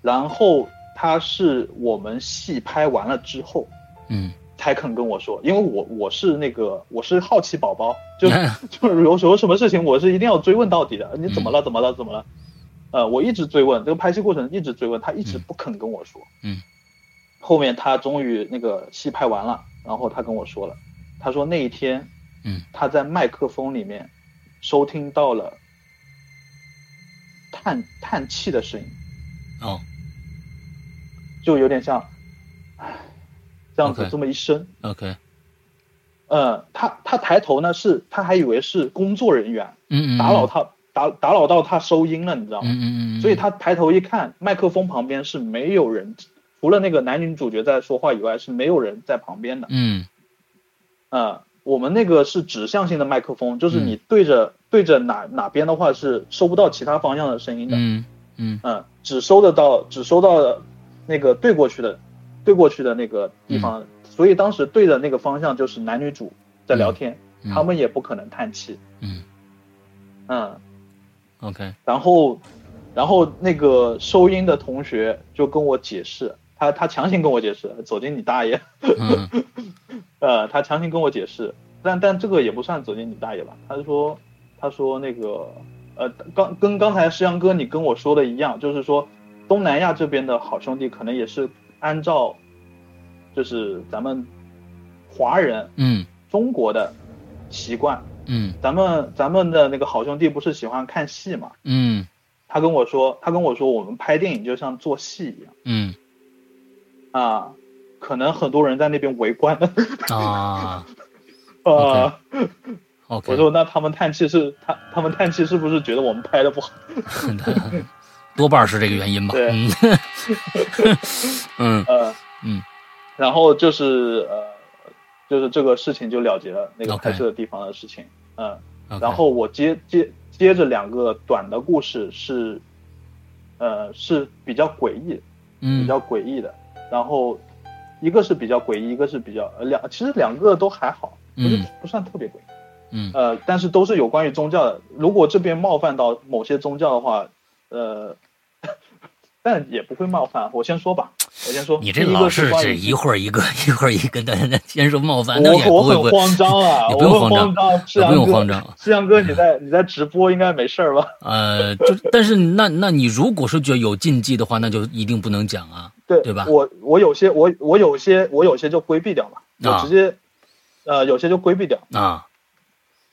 S3: 然后他是我们戏拍完了之后，
S2: 嗯
S3: 才肯跟我说，因为我我是那个我是好奇宝宝， 就 就是有有什么事情我是一定要追问到底的，你
S2: 嗯
S3: 怎么了怎么了怎么了？呃，我一直追问，这个拍戏过程一直追问，他一直不肯跟我说。
S2: 嗯，
S3: 后面他终于那个戏拍完了，然后他跟我说了，他说那一天，
S2: 嗯，
S3: 他在麦克风里面收听到了叹叹气的声音，
S2: 哦
S3: 就有点像，唉，这样子
S2: OK
S3: 这么一声。
S2: ，OK，
S3: 呃，他他抬头呢，是他还以为是工作人员
S2: 嗯嗯，
S3: 打扰他，打打扰到他收音了，你知道吗？
S2: 嗯，嗯嗯嗯，
S3: 所以他抬头一看，麦克风旁边是没有人，除了那个男女主角在说话以外，是没有人在旁边的。
S2: 嗯
S3: 呃，我们那个是指向性的麦克风，就是
S2: 嗯
S3: 你对着、对着哪哪边的话是收不到其他方向的声音的，嗯、
S2: 嗯嗯
S3: 只收得到只收到那个对过去的对过去的那个地方，
S2: 嗯
S3: 所以当时对的那个方向就是男女主在聊天，
S2: 嗯
S3: 他们也不可能叹气，
S2: 嗯
S3: 嗯，
S2: ，OK，
S3: 然后，然后那个收音的同学就跟我解释，他他强行跟我解释，走进你大爷，
S2: 嗯
S3: 呃，他强行跟我解释，但但这个也不算走进你大爷吧，他说他说那个呃，刚跟刚才石阳哥你跟我说的一样，就是说东南亚这边的好兄弟可能也是按照就是咱们华人
S2: 嗯
S3: 中国的习惯，
S2: 嗯
S3: 咱们咱们的那个好兄弟不是喜欢看戏嘛，
S2: 嗯
S3: 他跟我说，他跟我说，我们拍电影就像做戏一样
S2: 嗯
S3: 啊，可能很多人在那边围观
S2: 啊
S3: 啊。
S2: ，OK，
S3: 我说那他们叹气是他他们叹气是不是觉得我们拍的不好？
S2: 多半是这个原因吧，嗯嗯
S3: 呃，
S2: 嗯，
S3: 然后就是呃，就是这个事情就了结了那个
S2: OK
S3: 拍摄地方的事情。嗯，然后我接接接着两个短的故事是，呃，是比较诡异，比
S2: 嗯
S3: 较诡异的。然后一个是比较诡异，一个是比较呃两，其实两个都还好，不是
S2: 嗯
S3: 不算特别诡异，
S2: 嗯
S3: 呃，但是都是有关于宗教的。如果这边冒犯到某些宗教的话，呃， 但也不会冒犯。啊我先说吧，我先说。
S2: 你这
S3: 第一个
S2: 老
S3: 是
S2: 是
S3: 关
S2: 这
S3: 于
S2: 一会儿一个一会儿一个的，先说冒犯，那也
S3: 我
S2: 不
S3: 我
S2: 会不
S3: 很
S2: 会，
S3: 慌张 啊，
S2: 你
S3: 我
S2: 不用
S3: 很
S2: 慌张
S3: 慌张，
S2: 不
S3: 志阳
S2: 用慌
S3: 哥，
S2: 张，
S3: 志阳哥，你在你在直播应该没事儿吧？
S2: 呃，就但是那那你如果是觉得有禁忌的话，那就一定不能讲啊，
S3: 对
S2: 对吧
S3: 我我有些我我有些我有些就规避掉嘛，
S2: 啊
S3: 我直接呃有些就规避掉。
S2: 啊，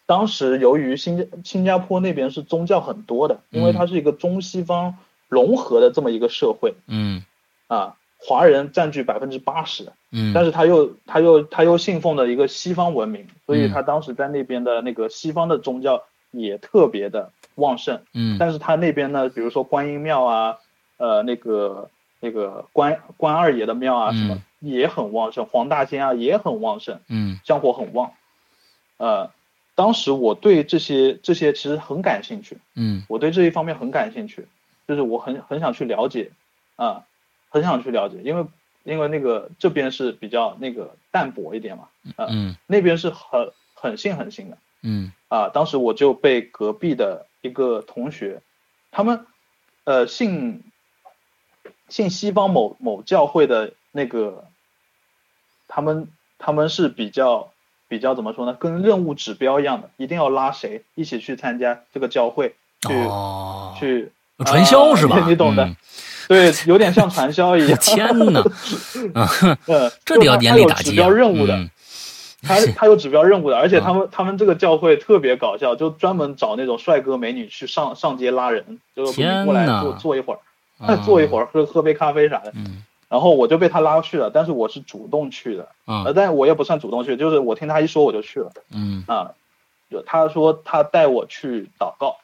S3: 当时由于新加新加坡那边是宗教很多的，因为
S2: 嗯
S3: 它是一个中西方融合的这么一个社会
S2: 嗯
S3: 啊，华人占据百分之八十，
S2: 嗯
S3: 但是他又他又他又信奉的一个西方文明，所以
S2: 嗯
S3: 他当时在那边的那个西方的宗教也特别的旺盛。
S2: 嗯
S3: 但是他那边呢，比如说观音庙啊，呃，那个那个关关二爷的庙啊，什么、也很旺盛，黄大仙啊也很旺盛。
S2: 嗯
S3: 香火很旺。呃，当时我对这些这些其实很感兴趣，
S2: 嗯
S3: 我对这一方面很感兴趣，就是我很很想去了解，啊、很想去了解，因为因为那个这边是比较那个淡薄一点嘛，
S2: 嗯
S3: 那边是很很信很信的
S2: 嗯
S3: 啊、当时我就被隔壁的一个同学，他们呃信信西方某某教会的那个，他们他们是比较比较怎么说呢？跟任务指标一样的，一定要拉谁一起去参加这个教会，去、
S2: 哦，
S3: 去
S2: 传销是吧？
S3: 啊你懂的，对，有点像传销 一样。
S2: 天哪，啊，
S3: 嗯，
S2: 这得要严厉打
S3: 就是他有指
S2: 击啊！
S3: 标任务的，
S2: 嗯
S3: 他他有指标任务的，而且他们他们这个教会特别搞笑，就专门找那种帅哥美女去上上街拉人，就是
S2: 天
S3: 过来
S2: 哪
S3: 坐坐一会儿，
S2: 啊
S3: 坐一会儿喝喝杯咖啡啥的。
S2: 嗯
S3: 然后我就被他拉去了，但是我是主动去的，
S2: 啊
S3: 呃，但我也不算主动去，就是我听他一说我就去了
S2: 嗯
S3: 啊。就他说他带我去祷告，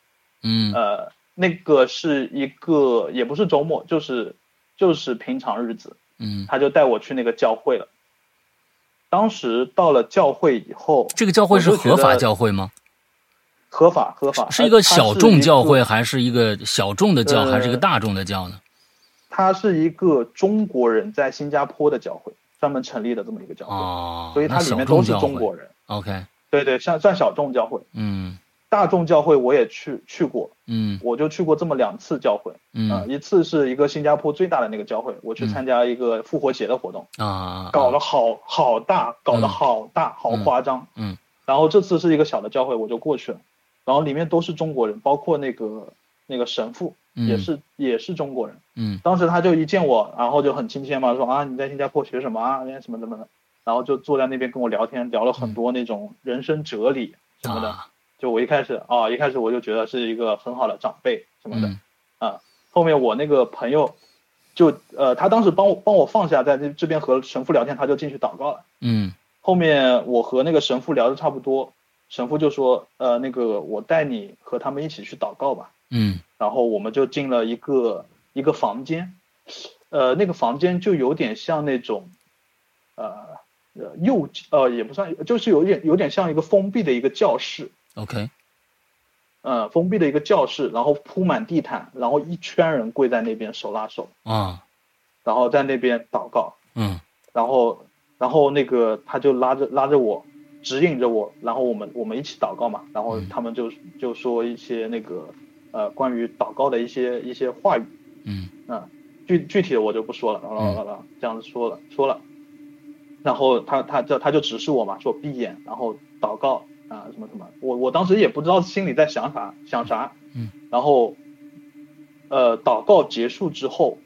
S2: 嗯
S3: 呃，那个是一个也不是周末，就是就是平常日子，
S2: 嗯，
S3: 他就带我去那个教会了。当时到了教会以后，
S2: 这个教会是
S3: 我就觉
S2: 合
S3: 得
S2: 法教会吗？
S3: 合法合法，
S2: 是一个
S3: 它
S2: 小众教，
S3: 它是一
S2: 会，
S3: 个
S2: 还是一个小众的教，
S3: 呃
S2: 还是一个大众的教呢？
S3: 它是一个中国人在新加坡的教会专门成立的这么一个教会，
S2: 哦，
S3: 所以它
S2: 那
S3: 里
S2: 小
S3: 面
S2: 众
S3: 都是
S2: 教
S3: 中
S2: 会。
S3: 国人，
S2: OK，
S3: 对对，像算小众教会。
S2: 嗯
S3: 大众教会我也去去过，
S2: 嗯
S3: 我就去过这么两次教会啊、
S2: 嗯
S3: 一次是一个新加坡最大的那个教会，我去参加一个复活节的活动，
S2: 啊，
S3: 搞得好好大，搞得
S2: 嗯
S3: 好大，好夸张。
S2: 嗯
S3: 然后这次是一个小的教会，我就过去了，然后里面都是中国人，包括那个那个神父也是、也是中国人。
S2: 嗯
S3: 当时他就一见我，然后就很亲切嘛，说啊你在新加坡学什么啊，什么什么的，然后就坐在那边跟我聊天，聊了很多那种人生哲理什么的。
S2: 嗯啊
S3: 就我一开始啊，一开始我就觉得是一个很好的长辈什么的。
S2: 嗯
S3: 后面我那个朋友就呃，他当时帮我帮我放下，在这这边和神父聊天，他就进去祷告了。
S2: 嗯
S3: 后面我和那个神父聊的差不多，神父就说呃，那个我带你和他们一起去祷告吧。
S2: 嗯
S3: 然后我们就进了一个一个房间，呃，那个房间就有点像那种，呃呃幼呃也不算，就是有点有点像一个封闭的一个教室，
S2: ，OK，
S3: 嗯、封闭的一个教室，然后铺满地毯，然后一圈人跪在那边手拉手，
S2: 啊，
S3: 然后在那边祷告，
S2: 嗯
S3: 然后然后那个他就拉着拉着我。指引着我，然后我们我们一起祷告嘛，然后他们就就说一些那个呃关于祷告的一些一些话语，
S2: 嗯
S3: 具具体的我就不说了，然后然后然后这样子说了说了，然后他他就他就指示我嘛，说闭眼，然后祷告啊、什么什么，我我当时也不知道心里在想啥想啥，
S2: 嗯，
S3: 然后呃祷告结束之后，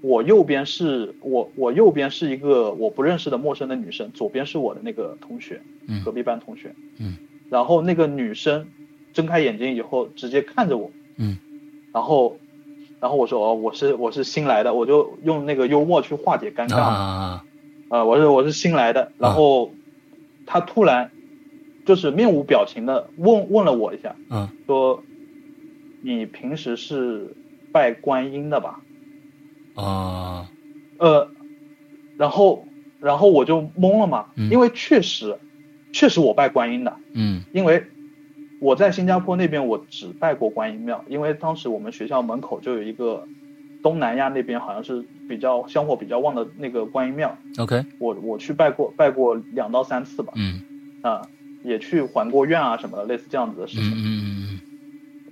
S3: 我右边是我我右边是一个我不认识的陌生的女生，左边是我的那个同学，
S2: 嗯
S3: 隔壁班同学，
S2: 嗯，
S3: 然后那个女生睁开眼睛以后直接看着我，
S2: 嗯，
S3: 然后，然后我说哦，我是我是新来的，我就用那个幽默去化解尴尬，啊、
S2: 啊，
S3: 我是我是新来的，然后她突然就是面无表情的问问了我一下，
S2: 嗯，
S3: 说你平时是拜观音的吧？
S2: 啊，
S3: 呃，然后然后我就懵了嘛，
S2: 嗯
S3: 因为确实确实我拜观音的，
S2: 嗯
S3: 因为我在新加坡那边我只拜过观音庙，因为当时我们学校门口就有一个东南亚那边好像是比较香火比较旺的那个观音庙，
S2: ，OK，
S3: 我我去拜过拜过两到三次吧，
S2: 嗯
S3: 啊、也去还过愿啊什么的，类似这样子的事
S2: 嗯
S3: 情。
S2: 嗯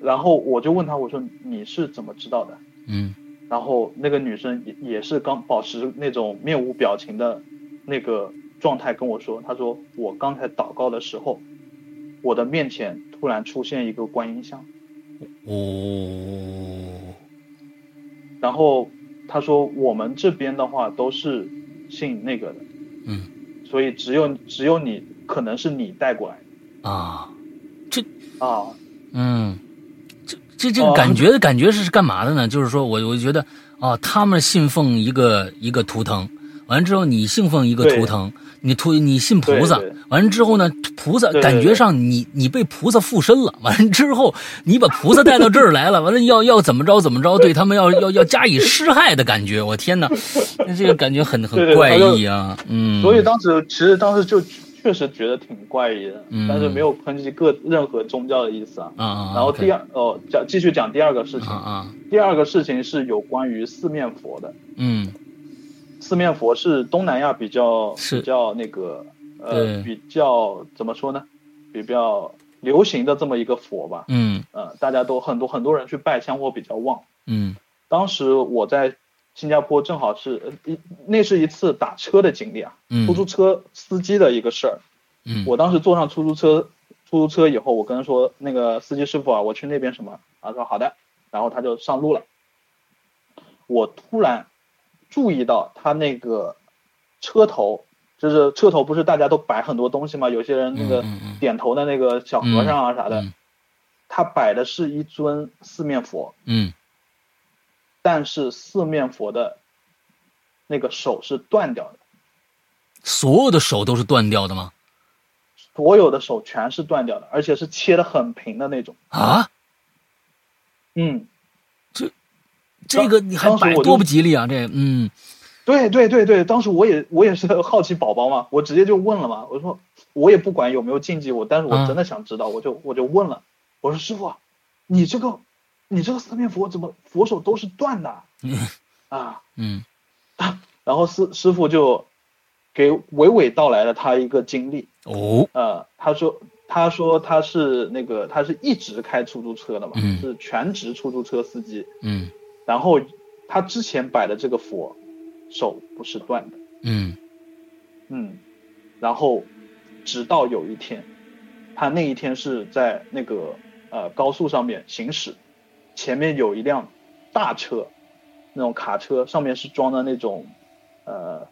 S3: 然后我就问他，我说你是怎么知道的？
S2: 嗯
S3: 然后那个女生也也是刚保持那种面无表情的那个状态跟我说，她说我刚才祷告的时候，我的面前突然出现一个观音像，
S2: 嗯，哦，
S3: 然后她说我们这边的话都是信那个的，
S2: 嗯，
S3: 所以只有只有你可能是你带过来
S2: 啊，
S3: 的啊，
S2: 嗯，这这这个感
S3: 哦
S2: 觉、感觉是干嘛的呢？就是说我我觉得啊，他们信奉一个一个图腾，完之后你信奉一个
S3: 对
S2: 图腾，你图你信菩萨
S3: 对对，
S2: 完之后呢，菩萨
S3: 对对
S2: 感觉上你你被菩萨附身了，完之后你把菩萨带到这儿来了， 完了要要怎么着怎么着，对他们要要要加以施害的感觉，我天 哪，这个感觉很
S3: 对
S2: 很
S3: 对
S2: 怪
S3: 他就
S2: 异啊，嗯，
S3: 所以当时其实当时就确实觉得挺怪异的，
S2: 嗯
S3: 但是没有抨击各任何宗教的意思啊。
S2: 啊啊，
S3: 然后第
S2: 二
S3: 二哦，讲继续讲第二个事情
S2: 啊，啊，
S3: 第二个事情是有关于四面佛的，
S2: 嗯
S3: 四面佛是东南亚比较
S2: 是
S3: 比较那个
S2: 对
S3: 呃比较怎么说呢，比较流行的这么一个佛吧，
S2: 嗯
S3: 呃，大家都很多很多人去拜，香火比较旺。
S2: 嗯
S3: 当时我在新加坡正好是呃一那是一次打车的经历啊，
S2: 嗯，
S3: 出租车司机的一个事儿。
S2: 嗯
S3: 我当时坐上出租车，出租车以后，我跟他说那个司机师傅啊，我去那边什么，他说好的，然后他就上路了。我突然注意到他那个车头，就是车头不是大家都摆很多东西嘛，有些人那个
S2: 嗯嗯嗯
S3: 点头的那个小和尚啊啥的，
S2: 嗯
S3: 他摆的是一尊四面佛，
S2: 嗯
S3: 但是四面佛的那个手是断掉的，
S2: 所有的手都是断掉的吗？
S3: 所有的手全是断掉的，而且是切的很平的那种。
S2: 啊，
S3: 嗯，
S2: 这个你还
S3: 当时
S2: 摆
S3: 我就
S2: 多不吉利啊！这嗯
S3: 对对对对，当时我也我也是 好奇宝宝嘛，我直接就问了嘛，我说我也不管有没有禁忌，我但是
S2: 嗯
S3: 我真的想知道，我就我就问了，我说师傅啊，你这个你这个四面佛怎么佛手都是断的啊
S2: 嗯
S3: 啊？
S2: 嗯
S3: 然后师师傅就给娓娓道来了他一个经历，
S2: 哦
S3: 呃，他说他说他是那个他是一直开出租车的嘛，
S2: 嗯
S3: 是全职出租车司机。
S2: 嗯
S3: 然后他之前摆的这个佛手不是断的，
S2: 嗯
S3: 嗯，然后直到有一天，他那一天是在那个呃高速上面行驶，前面有一辆大车，那种卡车上面是装的那种呃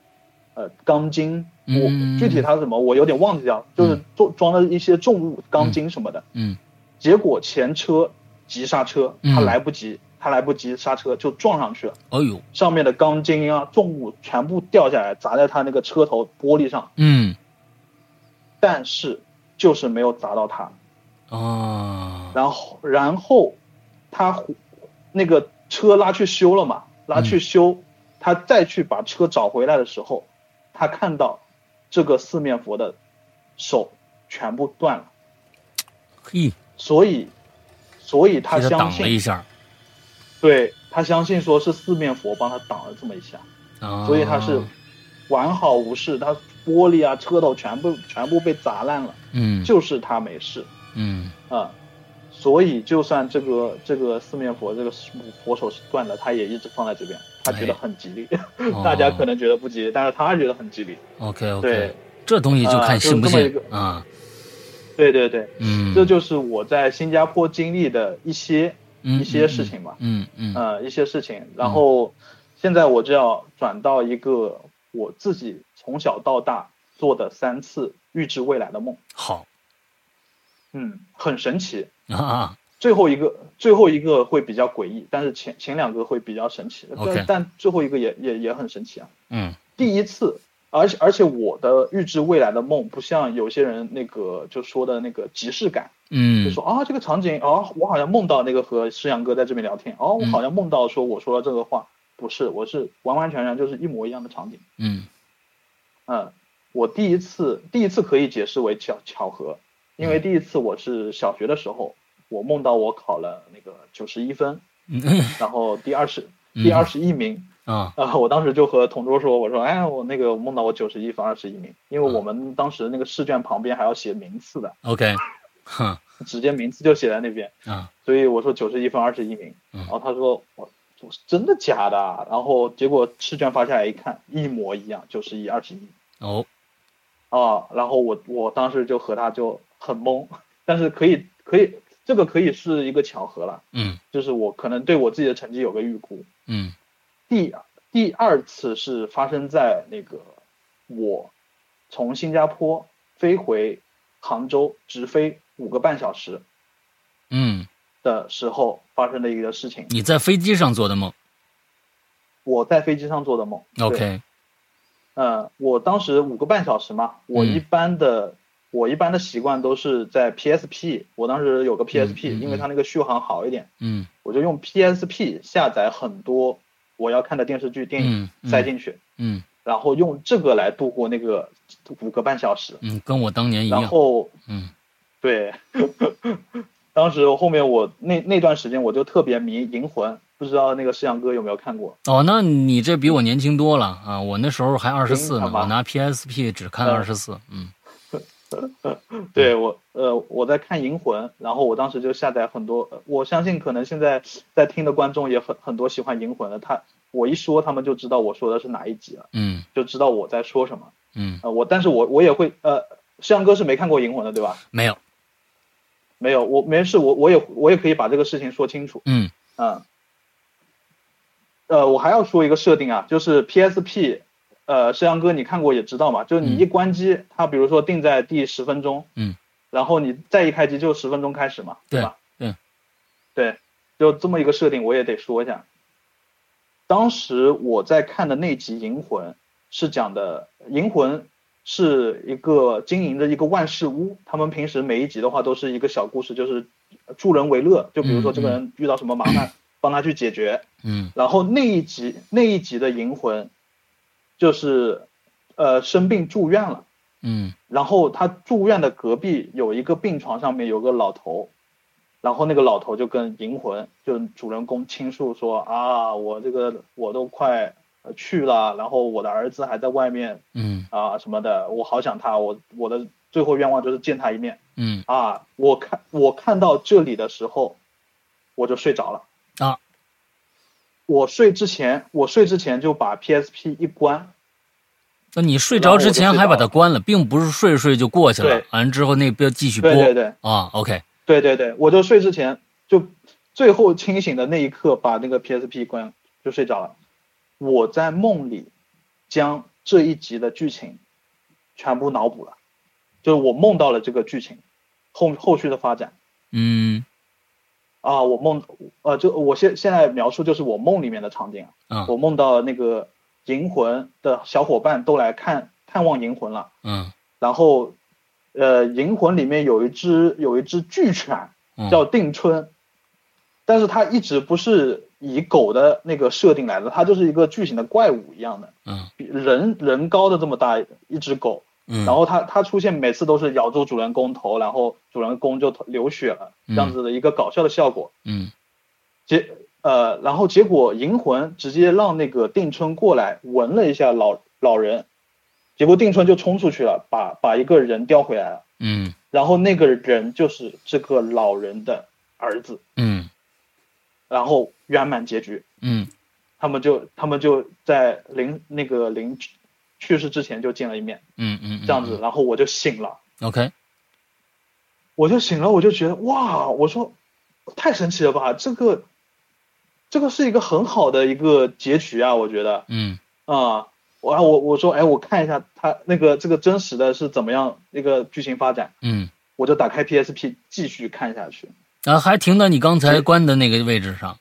S3: 呃钢筋，我
S2: 嗯
S3: 具体它是什么我有点忘记掉，就是
S2: 嗯
S3: 装装了一些重物钢筋什么的，
S2: 嗯
S3: 结果前车急刹车，
S2: 嗯
S3: 他来不及，他来不及刹车就撞上去了。
S2: 哎呦，
S3: 上面的钢筋啊、重物全部掉下来，砸在他那个车头玻璃上，
S2: 嗯
S3: 但是就是没有砸到他。
S2: 啊，
S3: 然后，然后他回那个车拉去修了嘛，拉去修，他再去把车找回来的时候，他看到这个四面佛的手全部断了，
S2: 嘿，
S3: 所以，所以他
S2: 替他
S3: 相
S2: 挡了一
S3: 信，
S2: 下，
S3: 对他相信说是四面佛帮他挡了这么一下。
S2: 啊，
S3: 所以他是完好无事，他玻璃啊、车头全部全部被砸烂了，
S2: 嗯
S3: 就是他没事
S2: 嗯
S3: 啊、所以就算这个这个四面佛这个佛手是断的，他也一直放在这边，他
S2: 哎
S3: 觉得很吉利，
S2: 哦
S3: 大家可能觉得不吉利，但是他觉得很吉利。
S2: OK
S3: 对
S2: OK，这东西就看信不
S3: 啊就是
S2: 信
S3: 这么一
S2: 啊，
S3: 对对对，
S2: 嗯，
S3: 这就是我在新加坡经历的一些
S2: 一
S3: 一些事，情吧，
S2: 嗯嗯嗯
S3: 呃，一些事情。然后现在我就要转到一个我自己从小到大做的三次预知未来的梦。
S2: 好
S3: 嗯，很神奇。
S2: 啊，
S3: 最后一个，最后一个会比较诡异，但是前前两个会比较神奇。
S2: OK
S3: 但但最后一个也也也很神奇啊。
S2: 嗯
S3: 第一次，而且而且我的预知未来的梦不像有些人那个就说的那个即视感，就
S2: 嗯
S3: 说啊这个场景啊，我好像梦到那个和诗阳哥在这边聊天，哦、
S2: 嗯
S3: 我好像梦到说我说了这个话，不是，我是完完全全就是一模一样的场景。
S2: 嗯
S3: 嗯，我第一次第一次可以解释为巧巧合，因
S2: 嗯
S3: 为第一次我是小学的时候，我梦到我考了那个九十一分，
S2: 嗯
S3: 然后第二十
S2: 嗯
S3: 第二十一名，
S2: 啊
S3: 啊、我当时就和同桌说，我说，哎，我那个梦到我九十一分二十一名，因
S2: 嗯
S3: 为我们当时那个试卷旁边还要写名次的，
S2: OK，哼
S3: 直接名次就写在那边，
S2: 啊
S3: 所以我说九十一分二十一名，
S2: 嗯
S3: 然后他说我。我说真的假的啊？然后结果试卷发下来一看，一模一样，九十一、二十一。
S2: 哦
S3: 啊，然后我我当时就和他就很懵，但是可以可以，这个可以是一个巧合了，
S2: 嗯
S3: 就是我可能对我自己的成绩有个预估。
S2: 嗯
S3: 第第二次是发生在那个我从新加坡飞回杭州，直飞五个半小时
S2: 嗯，
S3: 的时候发生的一个事情，
S2: 你在飞机上做的梦
S3: 我在飞机上做的梦。对
S2: ，OK，
S3: 呃，我当时五个半小时嘛，
S2: 嗯
S3: 我一般的、我一般的习惯都是在 PSP，我当时有个 PSP，、
S2: 嗯嗯
S3: 因为它那个续航好一点，
S2: 嗯
S3: 我就用 PSP 下载很多我要看的电视剧、电影、
S2: 嗯嗯
S3: 塞进去，
S2: 嗯
S3: 然后用这个来度过那个五个半小时，
S2: 嗯，跟我当年一
S3: 然
S2: 样，
S3: 后
S2: 嗯
S3: 对， 当时后面我那那段时间我就特别迷《银魂》，不知道那个摄像哥有没有看过？
S2: 哦，那你这比我年轻多了啊！我那时候还二十四
S3: 行
S2: 呢，
S3: 好吧
S2: 我拿 PSP 只看
S3: 嗯
S2: 二十四，嗯
S3: 对我，呃，我在看《银魂》，然后我当时就下载很多，呃我相信可能现在在听的观众也很很多喜欢《银魂》的，他我一说他们就知道我说的是哪一集了，
S2: 嗯
S3: 就知道我在说什么。
S2: 嗯，
S3: 呃，我但是我我也会，呃，向哥是没看过《银魂》的对吧？
S2: 没有，
S3: 没有，我没事，我我也我也可以把这个事情说清楚，
S2: 嗯
S3: 嗯。呃，我还要说一个设定啊，就是 PSP，呃，摄像哥你看过也知道嘛，就是你一关机，它比如说定在第十分钟，
S2: 嗯，
S3: 然后你再一开机就十分钟开始嘛，
S2: 对
S3: 吧？
S2: 对，
S3: 对，就这么一个设定，我也得说一下。当时我在看的那集《银魂》是讲的，《银魂》是一个经营着一个万事屋，他们平时每一集的话都是一个小故事，就是助人为乐，就比如说这个人遇到什么麻烦，帮他去解决，
S2: 嗯
S3: 然后那一集那一集的银魂，就是呃生病住院了，
S2: 嗯
S3: 然后他住院的隔壁有一个病床上面有个老头，然后那个老头就跟银魂就是主人公倾诉说啊我这个我都快呃去了，然后我的儿子还在外面
S2: 嗯
S3: 啊什么的，我好想他，我我的最后愿望就是见他一面
S2: 嗯
S3: 啊。我看我看到这里的时候，我就睡着了
S2: 啊。
S3: 我睡之前，我睡之前就把 PSP 一关，
S2: 那你睡着之前还把
S3: 然后我就睡着
S2: 它
S3: 了
S2: 关了，并不是睡睡就过去了
S3: 对，
S2: 完之后那边继续播
S3: 对对对
S2: 啊。OK，
S3: 对对对，我就睡之前就最后清醒的那一刻把那个 PSP 关就睡着了。我在梦里将这一集的剧情全部脑补了，就是我梦到了这个剧情后后续的发展。
S2: 嗯
S3: 啊，我梦，呃，就我现现在描述就是我梦里面的场景啊，
S2: 啊
S3: 我梦到那个银魂的小伙伴都来看探望银魂了，
S2: 嗯
S3: 然后，呃，银魂里面有一只有一只巨犬
S2: 嗯，
S3: 叫定春，但是它一直不是以狗的那个设定来的，它就是一个巨型的怪物一样的，
S2: 嗯
S3: 比人人高的这么大一只狗，
S2: 嗯，
S3: 然后它它出现每次都是咬住主人公头，然后主人公就头流血了，这样子的一个搞笑的效果。
S2: 嗯
S3: 结呃，然后结果银魂直接让那个定春过来闻了一下老老人，结果定春就冲出去了，把把一个人叼回来了，
S2: 嗯
S3: 然后那个人就是这个老人的儿子，
S2: 嗯
S3: 然后圆满结局，
S2: 嗯
S3: 他们就他们就在临那个临去去世之前就见了一面，
S2: 嗯嗯，
S3: 这样子，然后我就醒了，
S2: OK，
S3: 我就醒了，我就觉得哇，我说太神奇了吧，这个这个是一个很好的一个结局啊，我觉得。
S2: 嗯
S3: 啊、我我我说，哎，我看一下他那个这个真实的是怎么样那个剧情发展，
S2: 嗯，
S3: 我就打开 PSP 继续看下去。
S2: 然后还停到你刚才关的那个位置上。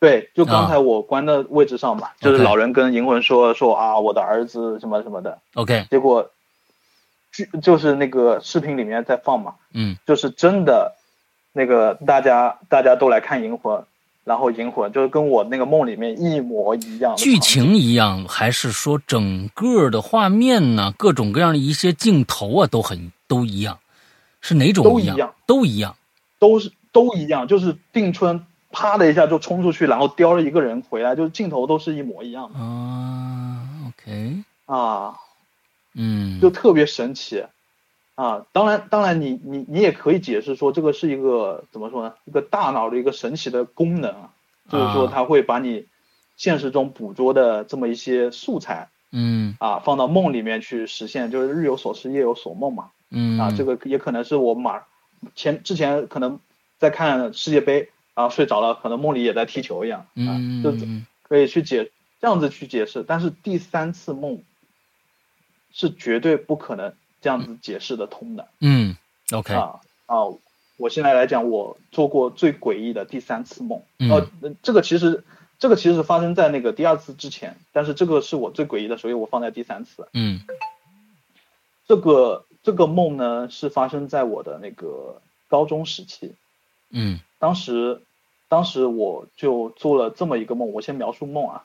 S3: 对，就刚
S2: 啊
S3: 才我关的位置上嘛，就是老人跟银魂说说啊，我的儿子什么什么的，
S2: OK，
S3: 结果剧就是那个视频里面在放嘛，
S2: 嗯
S3: 就是真的那个大家大家都来看银魂，然后银魂就是跟我那个梦里面一模一样的
S2: 剧
S3: 场景
S2: 情一样，还是说整个的画面呢？各种各样的一些镜头啊，都很都一样，是哪种
S3: 都
S2: 一
S3: 一
S2: 样
S3: 样？
S2: 都一样。
S3: 都是都一样，就是定春啪的一下就冲出去，然后叼了一个人回来，就是镜头都是一模一样的
S2: 啊，OK，
S3: 啊，
S2: 嗯，
S3: 就特别神奇啊！当然，当然你你你也可以解释说这个是一个怎么说呢？一个大脑的一个神奇的功能啊，就是说它会把你现实中捕捉的这么一些素材
S2: 嗯
S3: 啊，放到梦里面去实现，就是日有所思夜有所梦嘛。
S2: 嗯
S3: 啊，这个也可能是我马前之前可能在看世界杯啊睡着了，可能梦里也在踢球一样啊，
S2: 嗯
S3: 就可以去解这样子去解释。但是第三次梦是绝对不可能这样子解释得通的
S2: 嗯，OK，
S3: 啊啊！我现在来讲，我做过最诡异的第三次梦，
S2: 嗯
S3: 呃，这个其实这个其实发生在那个第二次之前，但是这个是我最诡异的，所以我放在第三次。
S2: 嗯
S3: 这个这个梦呢，是发生在我的那个高中时期。
S2: 嗯
S3: 当时，当时我就做了这么一个梦，我先描述梦啊，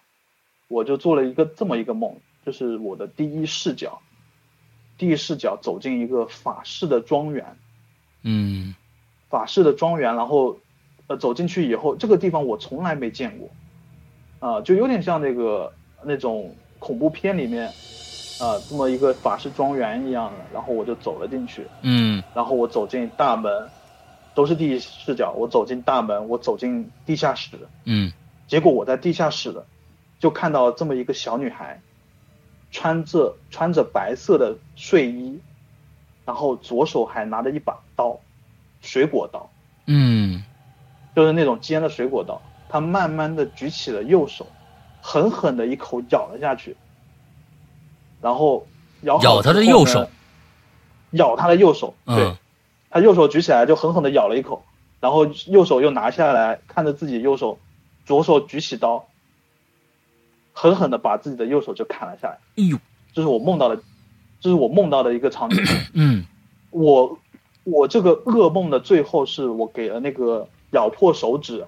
S3: 我就做了一个这么一个梦，就是我的第一视角，第一视角走进一个法式的庄园，
S2: 嗯
S3: 法式的庄园，然后，呃，走进去以后，这个地方我从来没见过，啊、就有点像那个那种恐怖片里面，啊、这么一个法式庄园一样的，然后我就走了进去，
S2: 嗯
S3: 然后我走进大门，都是第一视角。我走进大门，我走进地下室，
S2: 嗯
S3: 结果我在地下室的就看到这么一个小女孩，穿着穿着白色的睡衣，然后左手还拿着一把刀，水果刀，
S2: 嗯
S3: 就是那种尖的水果刀。她慢慢的举起了右手，狠狠的一口咬了下去，然后咬好
S2: 咬她的
S3: 之后
S2: 右
S3: 呢
S2: 手，
S3: 咬她的右手，对。
S2: 嗯
S3: 他右手举起来就狠狠地咬了一口，然后右手又拿下来，看着自己右手，左手举起刀，狠狠地把自己的右手就砍了下来。
S2: 哎呦，
S3: 这是我梦到的，这是我梦到的一个场景。
S2: 嗯
S3: 我我这个噩梦的最后是我给了那个咬破手指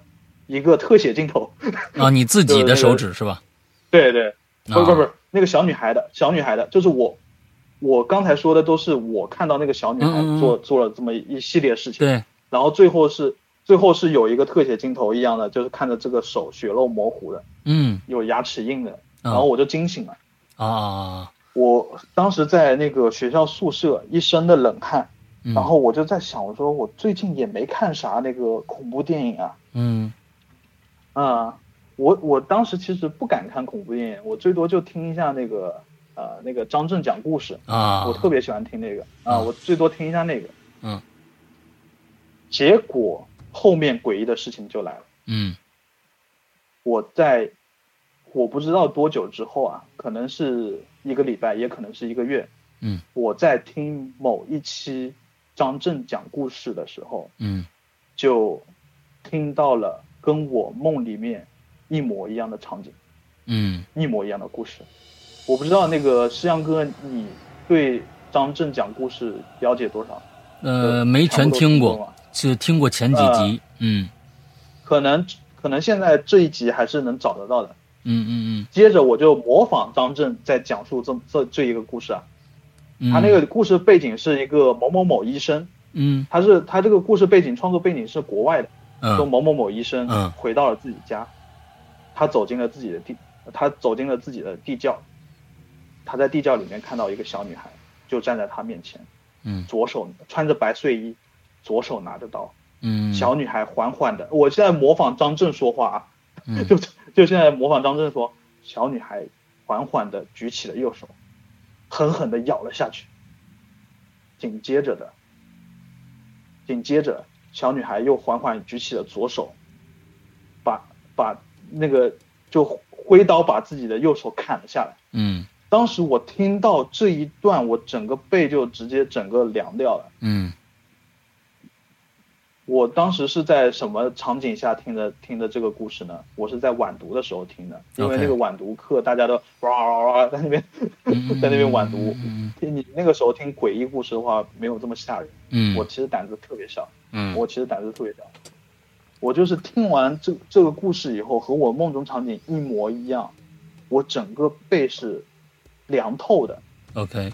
S3: 一个特写镜头。
S2: 啊，你自己的手指是吧？
S3: 对对，不是
S2: 啊
S3: 不是不是那个小女孩的小女孩的，就是我。我刚才说的都是我看到那个小女孩
S2: 嗯嗯嗯
S3: 做做了这么一系列事情，
S2: 对，
S3: 然后最后是最后是有一个特写镜头一样的，就是看着这个手血肉模糊的，
S2: 嗯
S3: 有牙齿印的，
S2: 啊
S3: 然后我就惊醒了。
S2: 啊啊啊
S3: 我当时在那个学校宿舍一身的冷汗，
S2: 嗯
S3: 然后我就在想，我说我最近也没看啥那个恐怖电影啊，
S2: 嗯
S3: 啊、我我当时其实不敢看恐怖电影，我最多就听一下那个呃那个张震讲故事，
S2: 啊，
S3: 我特别喜欢听那个啊、
S2: 啊
S3: 我最多听一下那个。
S2: 嗯。
S3: 结果后面诡异的事情就来了，
S2: 嗯
S3: 我在我不知道多久之后啊，可能是一个礼拜，也可能是一个月。
S2: 嗯。
S3: 我在听某一期张震讲故事的时候，
S2: 嗯
S3: 就听到了跟我梦里面一模一样的场景。
S2: 嗯
S3: 一模一样的故事。我不知道那个诗阳哥，你对张震讲故事了解多少？
S2: 呃，没全听过，，就听过前几集，
S3: 呃
S2: 嗯
S3: 可能可能现在这一集还是能找得到的。
S2: 嗯嗯
S3: 接着我就模仿张震在讲述这这这一个故事啊，
S2: 嗯，
S3: 他那个故事背景是一个某某某医生，
S2: 嗯
S3: 他是他这个故事背景创作背景是国外的，说
S2: 嗯
S3: 某某某医生
S2: 嗯
S3: 回到了自己家，他走进了自己的地，他走进了自己的地窖，他在地窖里面看到一个小女孩，就站在他面前，
S2: 嗯
S3: 左手穿着白睡衣，左手拿着刀，
S2: 嗯，
S3: 小女孩缓缓的，我现在模仿张震说话啊，
S2: 嗯
S3: 就就现在模仿张震说，小女孩缓缓的举起了右手，狠狠的咬了下去，紧接着的，紧接着小女孩又缓缓举起了左手，把把那个就挥刀把自己的右手砍了下来。
S2: 嗯
S3: 当时我听到这一段，我整个背就直接整个凉掉了。
S2: 嗯
S3: 我当时是在什么场景下听的听的这个故事呢？我是在晚读的时候听的，因为
S2: OK
S3: 那个晚读课大家都哇哇哇在那边 在那边晚读。
S2: 嗯
S3: 你那个时候听诡异故事的话，没有这么吓人。
S2: 嗯，
S3: 我其实胆子特别小，
S2: 嗯
S3: 我其实胆子特别小。我就是听完这这个故事以后，和我梦中场景一模一样，我整个背是凉透的。
S2: OK，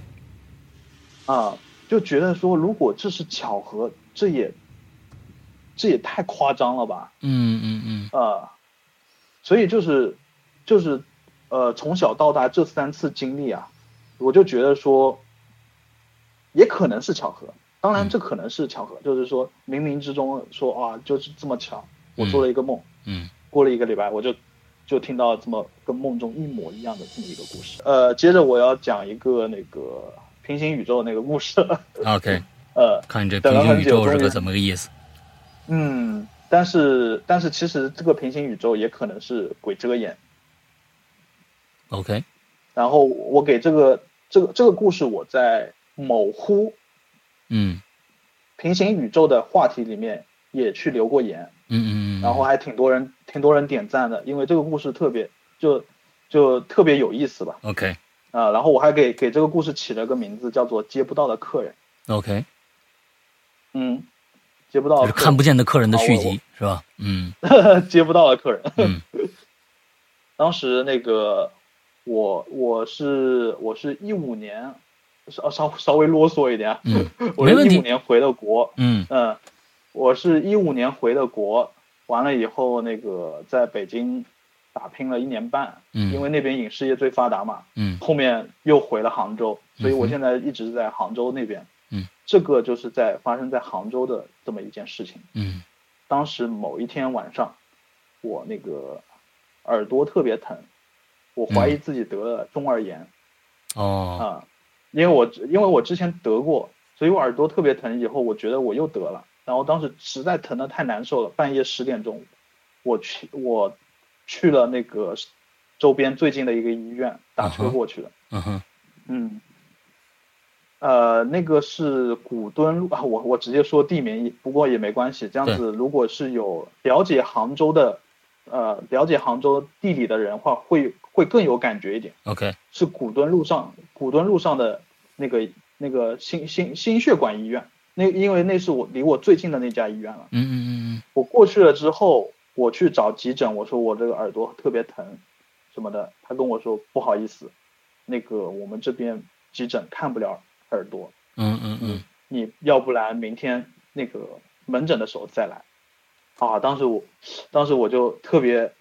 S3: 啊，就觉得说，如果这是巧合，这也这也太夸张了吧？
S2: 嗯嗯嗯
S3: 啊，所以就是就是呃，从小到大这三次经历啊，我就觉得说，也可能是巧合。当然，
S2: 嗯
S3: 这可能是巧合，就是说冥冥之中说啊，就是这么巧，我做了一个梦，
S2: 嗯
S3: 过了一个礼拜，我就就听到这么跟梦中一模一样的这么一个故事。呃，接着我要讲一个那个平行宇宙那个故事。
S2: ，OK，
S3: 呃，
S2: 看你这平行宇宙是个怎么个意思？
S3: 嗯，但是但是其实这个平行宇宙也可能是鬼遮眼。
S2: OK，
S3: 然后我给这个这个这个故事，我在某乎
S2: 嗯
S3: 平行宇宙的话题里面也去留过言，
S2: 嗯嗯嗯，
S3: 然后还挺多人挺多人点赞的，因为这个故事特别就就特别有意思吧
S2: OK
S3: 啊、然后我还给给这个故事起了个名字，叫做《接不到的客人》。
S2: OK，
S3: 嗯，接不到的客
S2: 看
S3: 人
S2: 不见的客人的续集是吧？嗯
S3: 接不到的客人。
S2: 嗯
S3: 当时那个我我是我是一五年，稍稍稍微啰嗦一点啊，
S2: 嗯
S3: 我
S2: 没
S3: 是
S2: 问
S3: 一
S2: 题
S3: 五年回的国，
S2: 嗯
S3: 嗯，我是一五年回的国，完了以后那个在北京打拼了一年半，
S2: 嗯，
S3: 因为那边影视业最发达嘛，
S2: 嗯
S3: 后面又回了杭州，所以我
S2: 嗯哼
S3: 现在一直在杭州那边，
S2: 嗯，
S3: 这个就是在发生在杭州的这么一件事情。
S2: 嗯
S3: 当时某一天晚上，我那个耳朵特别疼，我怀
S2: 嗯
S3: 疑自己得了中耳炎
S2: 哦
S3: 啊、因为我因为我之前得过，所以我耳朵特别疼。以后我觉得我又得了，然后当时实在疼的太难受了，半夜十点钟，我去我去了那个周边最近的一个医院，打
S2: 嗯
S3: 车
S2: 哼
S3: 过去的。
S2: 嗯哼
S3: 嗯，呃，那个是古墩路啊，我我直接说地名，不过也没关系。这样
S2: 对
S3: 子，如果是有了解杭州的，呃，了解杭州地理的人的话，会会更有感觉一点。
S2: OK
S3: 是古墩路上，古墩路上的那个那个心心心血管医院，那因为那是我离我最近的那家医院了。
S2: 嗯嗯嗯
S3: 我过去了之后，我去找急诊，我说我这个耳朵特别疼，什么的，他跟我说不好意思，那个我们这边急诊看不了耳朵，
S2: 嗯嗯嗯
S3: 你要不然明天那个门诊的时候再来。啊，当时我，当时我就特别，啊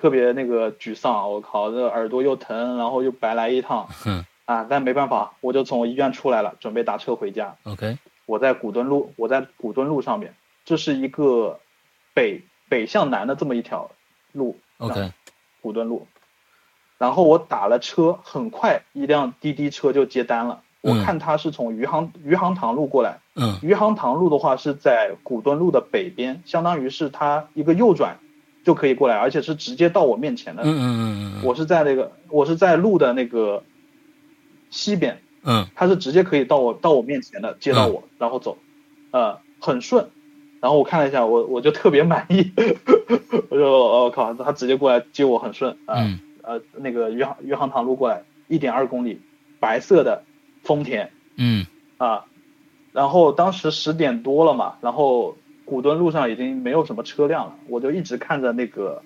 S3: 特别那个沮丧，我靠，这耳朵又疼，然后又白来一趟，
S2: 哼
S3: 啊，但没办法，我就从医院出来了，准备打车回家。
S2: OK，
S3: 我在古墩路，我在古墩路上面，这是一个北北向南的这么一条路
S2: OK，
S3: 古墩路。然后我打了车，很快一辆滴滴车就接单了。我
S2: 嗯
S3: 看他是从余杭余杭塘路过来，
S2: 嗯
S3: 余杭塘路的话是在古墩路的北边，相当于是它一个右转就可以过来，而且是直接到我面前
S2: 嗯
S3: 的。
S2: 嗯嗯嗯嗯
S3: 我是在那个我是在路的那个西边，
S2: 嗯
S3: 他是直接可以到我到我面前的，接到我，然后走，呃，很顺。然后我看了一下，我我就特别满意， 我就我、靠，他直接过来接我很顺啊、
S2: 嗯
S3: 呃，那个余杭余杭塘路过来一点二公里，白色的丰田
S2: 嗯
S3: 啊、然后当时十点多了嘛，然后古墩路上已经没有什么车辆了，我就一直看着那个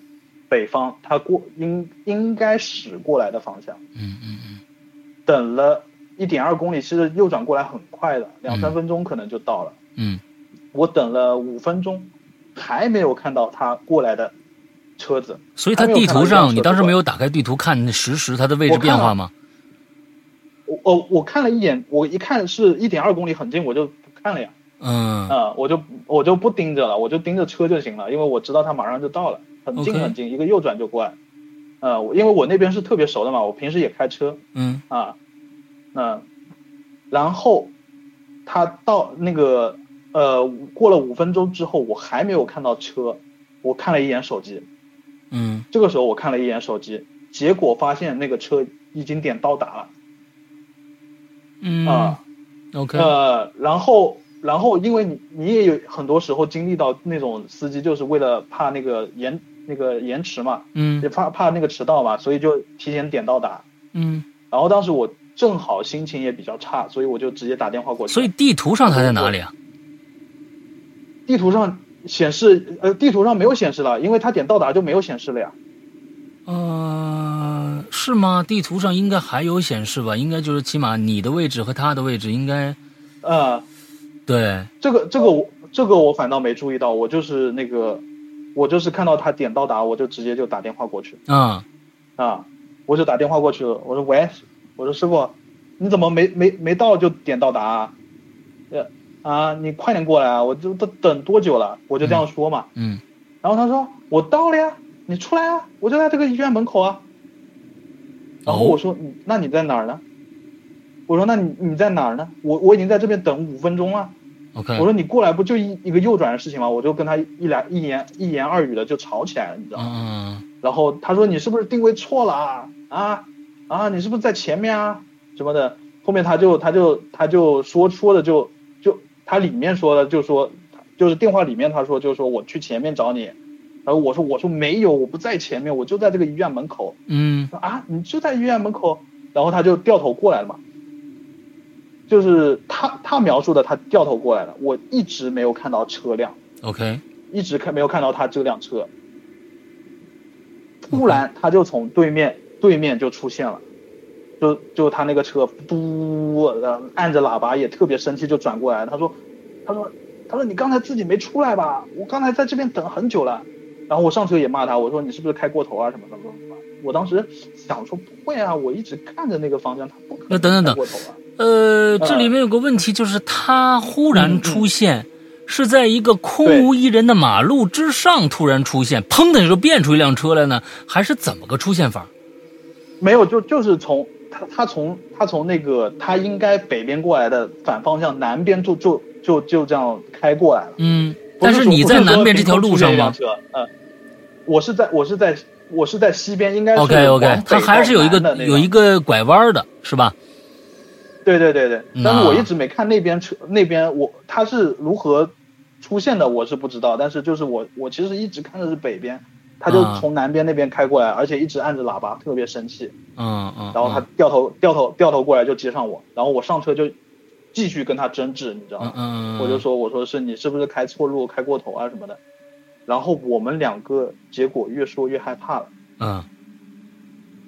S3: 北方，他过应应该驶过来的方向。
S2: 嗯嗯
S3: 等了一点二公里，其实右转过来很快的，两
S2: 嗯
S3: 三分钟可能就到了。
S2: 嗯
S3: 我等了五分钟，还没有看到他过来的车子。
S2: 嗯，所以它地图上，你当时没有打开地图看实时它的位置变化吗？
S3: 我哦，我看了一眼，我一看是一点二公里很近，我就不看了呀，
S2: 嗯
S3: 啊、我就我就不盯着了，我就盯着车就行了，因为我知道他马上就到了，很近
S2: OK
S3: 很近一个右转就过来。呃，我因为我那边是特别熟的嘛，我平时也开车，
S2: 嗯
S3: 啊，嗯，然后他到那个呃，过了五分钟之后，我还没有看到车，我看了一眼手机，
S2: 嗯
S3: 这个时候我看了一眼手机，结果发现那个车已经点到达
S2: 嗯
S3: 了啊，
S2: OK，
S3: 呃，然后。然后，因为你你也有很多时候经历到那种司机，就是为了怕那个延那个延迟嘛，
S2: 嗯
S3: 也怕怕那个迟到嘛，所以就提前点到达。
S2: 嗯，
S3: 然后当时我正好心情也比较差，所以我就直接打电话过去。
S2: 所以地图上它在哪里啊？
S3: 地图上显示，呃，地图上没有显示了，因为他点到达就没有显示了呀。
S2: 呃，是吗？地图上应该还有显示吧？应该就是起码你的位置和他的位置应该
S3: 呃，
S2: 对，
S3: 这个这个我这个我反倒没注意到，我就是那个，我就是看到他点到达，我就直接就打电话过去
S2: 啊，
S3: 啊，我就打电话过去了，我说喂，我说师傅，你怎么没没没到就点到达啊？呃啊，你快点过来啊！我都都等多久了？我就这样说嘛。
S2: 嗯
S3: 然后他说我到了呀，你出来啊，我就在这个医院门口啊。然
S2: 哦
S3: 后我说，嗯那你在哪儿呢？我说，那你你在哪儿呢？我我已经在这边等五分钟了。
S2: ，OK，
S3: 我说你过来不就一一个右转的事情吗？我就跟他一来一言一言二语的就吵起来了，你知道吗？
S2: 嗯
S3: 然后他说你是不是定位错了啊啊啊，你是不是在前面啊什么的？后面他就他就他就说说的就就他里面说的就说就是电话里面他说就说我去前面找你，然后我说我说没有我不在前面我就在这个医院门口，
S2: 嗯
S3: 说啊，你就在医院门口，然后他就掉头过来了嘛。就是他他描述的，他掉头过来了，我一直没有看到车辆，
S2: ，OK，
S3: 一直看没有看到他这辆车。突然他就从对面对面就出现了，就就他那个车嘟，呃按着喇叭也特别生气，就转过来，他说，他说他说你刚才自己没出来吧？我刚才在这边等很久了。然后我上车也骂他，我说你是不是开过头啊什么什么什么。我当时想说不会啊，我一直看着那个方向，他不可
S2: 那
S3: 能
S2: 等等等
S3: 开过头啊。
S2: 呃，
S3: 呃
S2: 这里面有个问题，就是他忽
S3: 嗯
S2: 然
S3: 嗯
S2: 出现，是在一个空无一人的马路之上突然出现，砰的就变出一辆车来呢，还是怎么个出现法？
S3: 没有，就就是从他他从他从那个他应该北边过来的反方向南边就就就就这样开过来了。
S2: 嗯，
S3: 不
S2: 但是
S3: 说
S2: 你在
S3: 不说
S2: 南边这条路上
S3: 凭空
S2: 吗
S3: 出现一辆车？嗯，我是在我是在我是在西边，应该是
S2: ？OK
S3: 往
S2: OK，
S3: 北
S2: 它还是有一
S3: 到南
S2: 个
S3: 的那
S2: 有一个拐弯的，是吧？
S3: 对对对对，
S2: 嗯
S3: 但是我
S2: 啊
S3: 一直没看那边车那边我他是如何出现的，我是不知道。但是就是我我其实一直看的是北边，他就
S2: 啊
S3: 从南边那边开过来，而且一直按着喇叭，特别生气。
S2: 嗯嗯，
S3: 然后他
S2: 嗯
S3: 掉头掉头掉头过来就接上我，然后我上车就继续跟他争执，你知道
S2: 嗯
S3: 吗？
S2: 嗯，嗯
S3: 我就说我说是你是不是开错路开过头啊什么的，然后我们两个结果越说越害怕了，
S2: 嗯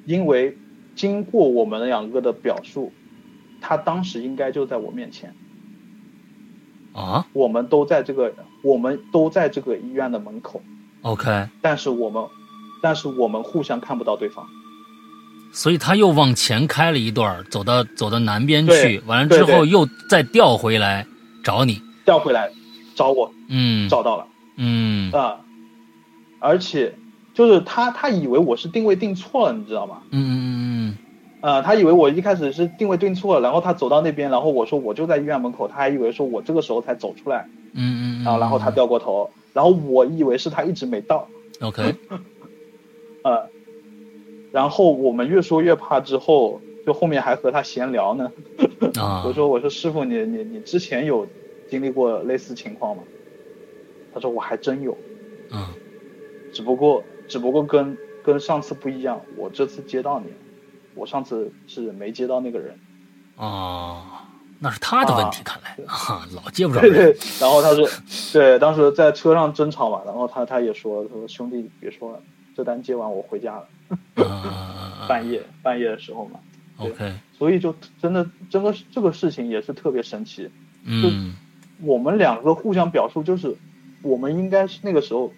S3: 因为经过我们两个的表述，他当时应该就在我面前，
S2: 啊
S3: 我们都在这个我们都在这个医院的门口，
S2: ，OK，
S3: 但是我们但是我们互相看不到对方，
S2: 所以他又往前开了一段儿，走到走到南边去
S3: 对，
S2: 完了之
S3: 对
S2: 后
S3: 对
S2: 又再调回来找你。
S3: 调回来找我，
S2: 嗯
S3: 找到了
S2: 嗯
S3: 啊、而且就是他他以为我是定位定错了，你知道吗？
S2: 嗯嗯嗯
S3: 呃，他以为我一开始是定位定错了，然后他走到那边，然后我说我就在医院门口，他还以为说我这个时候才走出来，
S2: 嗯嗯嗯，
S3: 然后然后他掉过头，然后我以为是他一直没到，
S2: OK，
S3: 呃，然后我们越说越怕，之后就后面还和他闲聊呢，
S2: 啊，
S3: 我说我说师傅你你你之前有经历过类似情况吗？他说我还真有，
S2: 嗯
S3: 只不过只不过跟跟上次不一样，我这次接到你了，我上次是没接到那个人。
S2: 哦，那是他的问题，
S3: 啊
S2: 看来啊，老接不着
S3: 对
S2: 人。
S3: 对，然后他说，对，当时在车上争吵嘛，然后他他也说，他说兄弟别说了，这单接完我回家了，
S2: 嗯嗯嗯嗯
S3: 半夜半夜的时候嘛，
S2: ，OK，
S3: 所以就真的这个这个事情也是特别神奇，
S2: 嗯
S3: 我们两个互相表述就是，我们应该是那个时候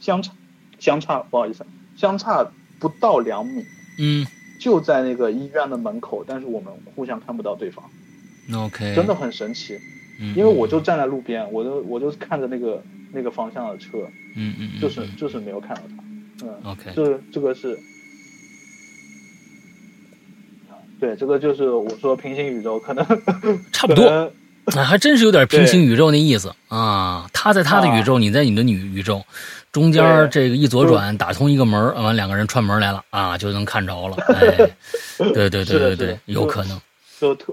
S3: 相差相差不好意思，相差不到两米，
S2: 嗯
S3: 就在那个医院的门口，但是我们互相看不到对方，
S2: ，OK，嗯
S3: 真的，很神奇，
S2: 因
S3: 因为我就站在路边，我就我就看着那个那个方向的车。
S2: 嗯嗯嗯
S3: 就是
S2: 嗯哦
S3: 就是没有看到他，嗯，
S2: OK，
S3: 这这个是，对，这个就是我说平行宇宙可能
S2: 差不多
S3: 可能
S2: 啊，还真是有点平行
S3: 对
S2: 宇宙那意思啊。他在他的宇宙，你在你的女宇宙，中间儿这个一左转打通一个门儿，完两个人串门来了啊，就能看着了。哎， 对对对
S3: 是的
S2: 对
S3: 是
S2: 对
S3: 的，
S2: 有可能。
S3: 就特，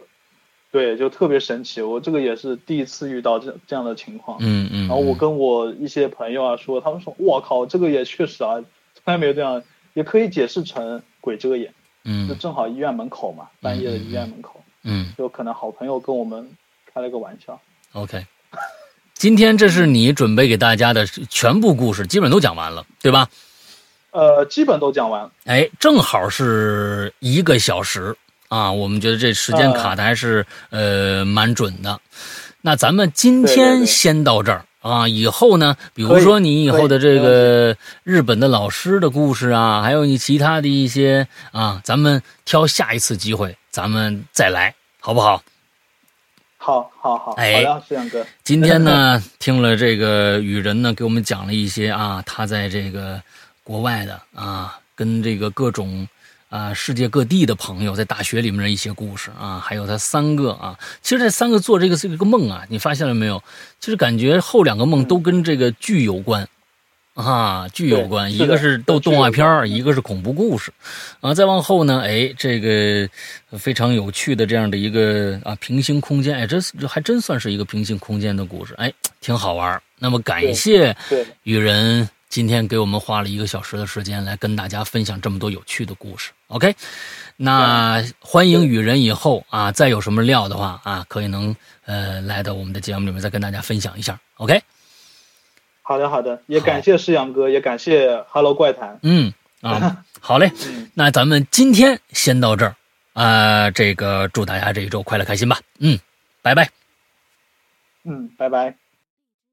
S3: 对，就特别神奇。我这个也是第一次遇到这这样的情况，
S2: 嗯嗯。
S3: 然后我跟我一些朋友啊说，他们说我靠，这个也确实啊，从来没有这样，也可以解释成鬼遮眼，就
S2: 嗯
S3: 正好医院门口嘛，半夜的医院门口，
S2: 嗯
S3: 就可能好朋友跟我们开了个玩笑，
S2: OK。今天这是你准备给大家的全部故事，基本都讲完了，对吧？
S3: 呃，基本都讲完了。
S2: 哎，正好是一个小时啊，我们觉得这时间卡的还是、呃蛮准的。那咱们今
S3: 对对
S2: 天
S3: 对
S2: 先到这儿啊，以后呢，比如说你以后的
S3: 可以
S2: 这个日本的老师的故事啊，还有你其他的一些啊，咱们挑下一次机会，咱们再来，好不好？
S3: 好好好，好
S2: 哎
S3: 的，石阳哥，
S2: 今天呢，听了这个雨人呢，给我们讲了一些啊，他在这个国外的啊，跟这个各种啊世界各地的朋友在大学里面的一些故事啊，还有他三个啊，其实这三个做这个这个梦啊，你发现了没有？就是感觉后两个梦
S3: 嗯
S2: 都跟这个剧有关。啊，剧有关，
S3: 对
S2: 一个
S3: 是的
S2: 是动
S3: 跟剧
S2: 动画
S3: 有
S2: 片儿一个是恐怖故事，啊，再往后呢，哎，这个非常有趣的这样的一个啊平行空间，哎，这这还真算是一个平行空间的故事，哎，挺好玩儿。那么感谢
S3: 对，
S2: 雨人今天给我们花了一个小时的时间来跟大家分享这么多有趣的故事。OK，那欢迎雨人以后啊，再有什么料的话啊，可以能呃来到我们的节目里面再跟大家分享一下。OK，
S3: 好的好的，也
S2: 好
S3: 感谢世阳哥，也感谢 Hello 怪谈，
S2: 嗯啊，好嘞，
S3: 嗯，
S2: 那咱们今天先到这儿啊、这个祝大家这一周快乐开心吧。嗯，拜拜。
S3: 嗯，拜拜。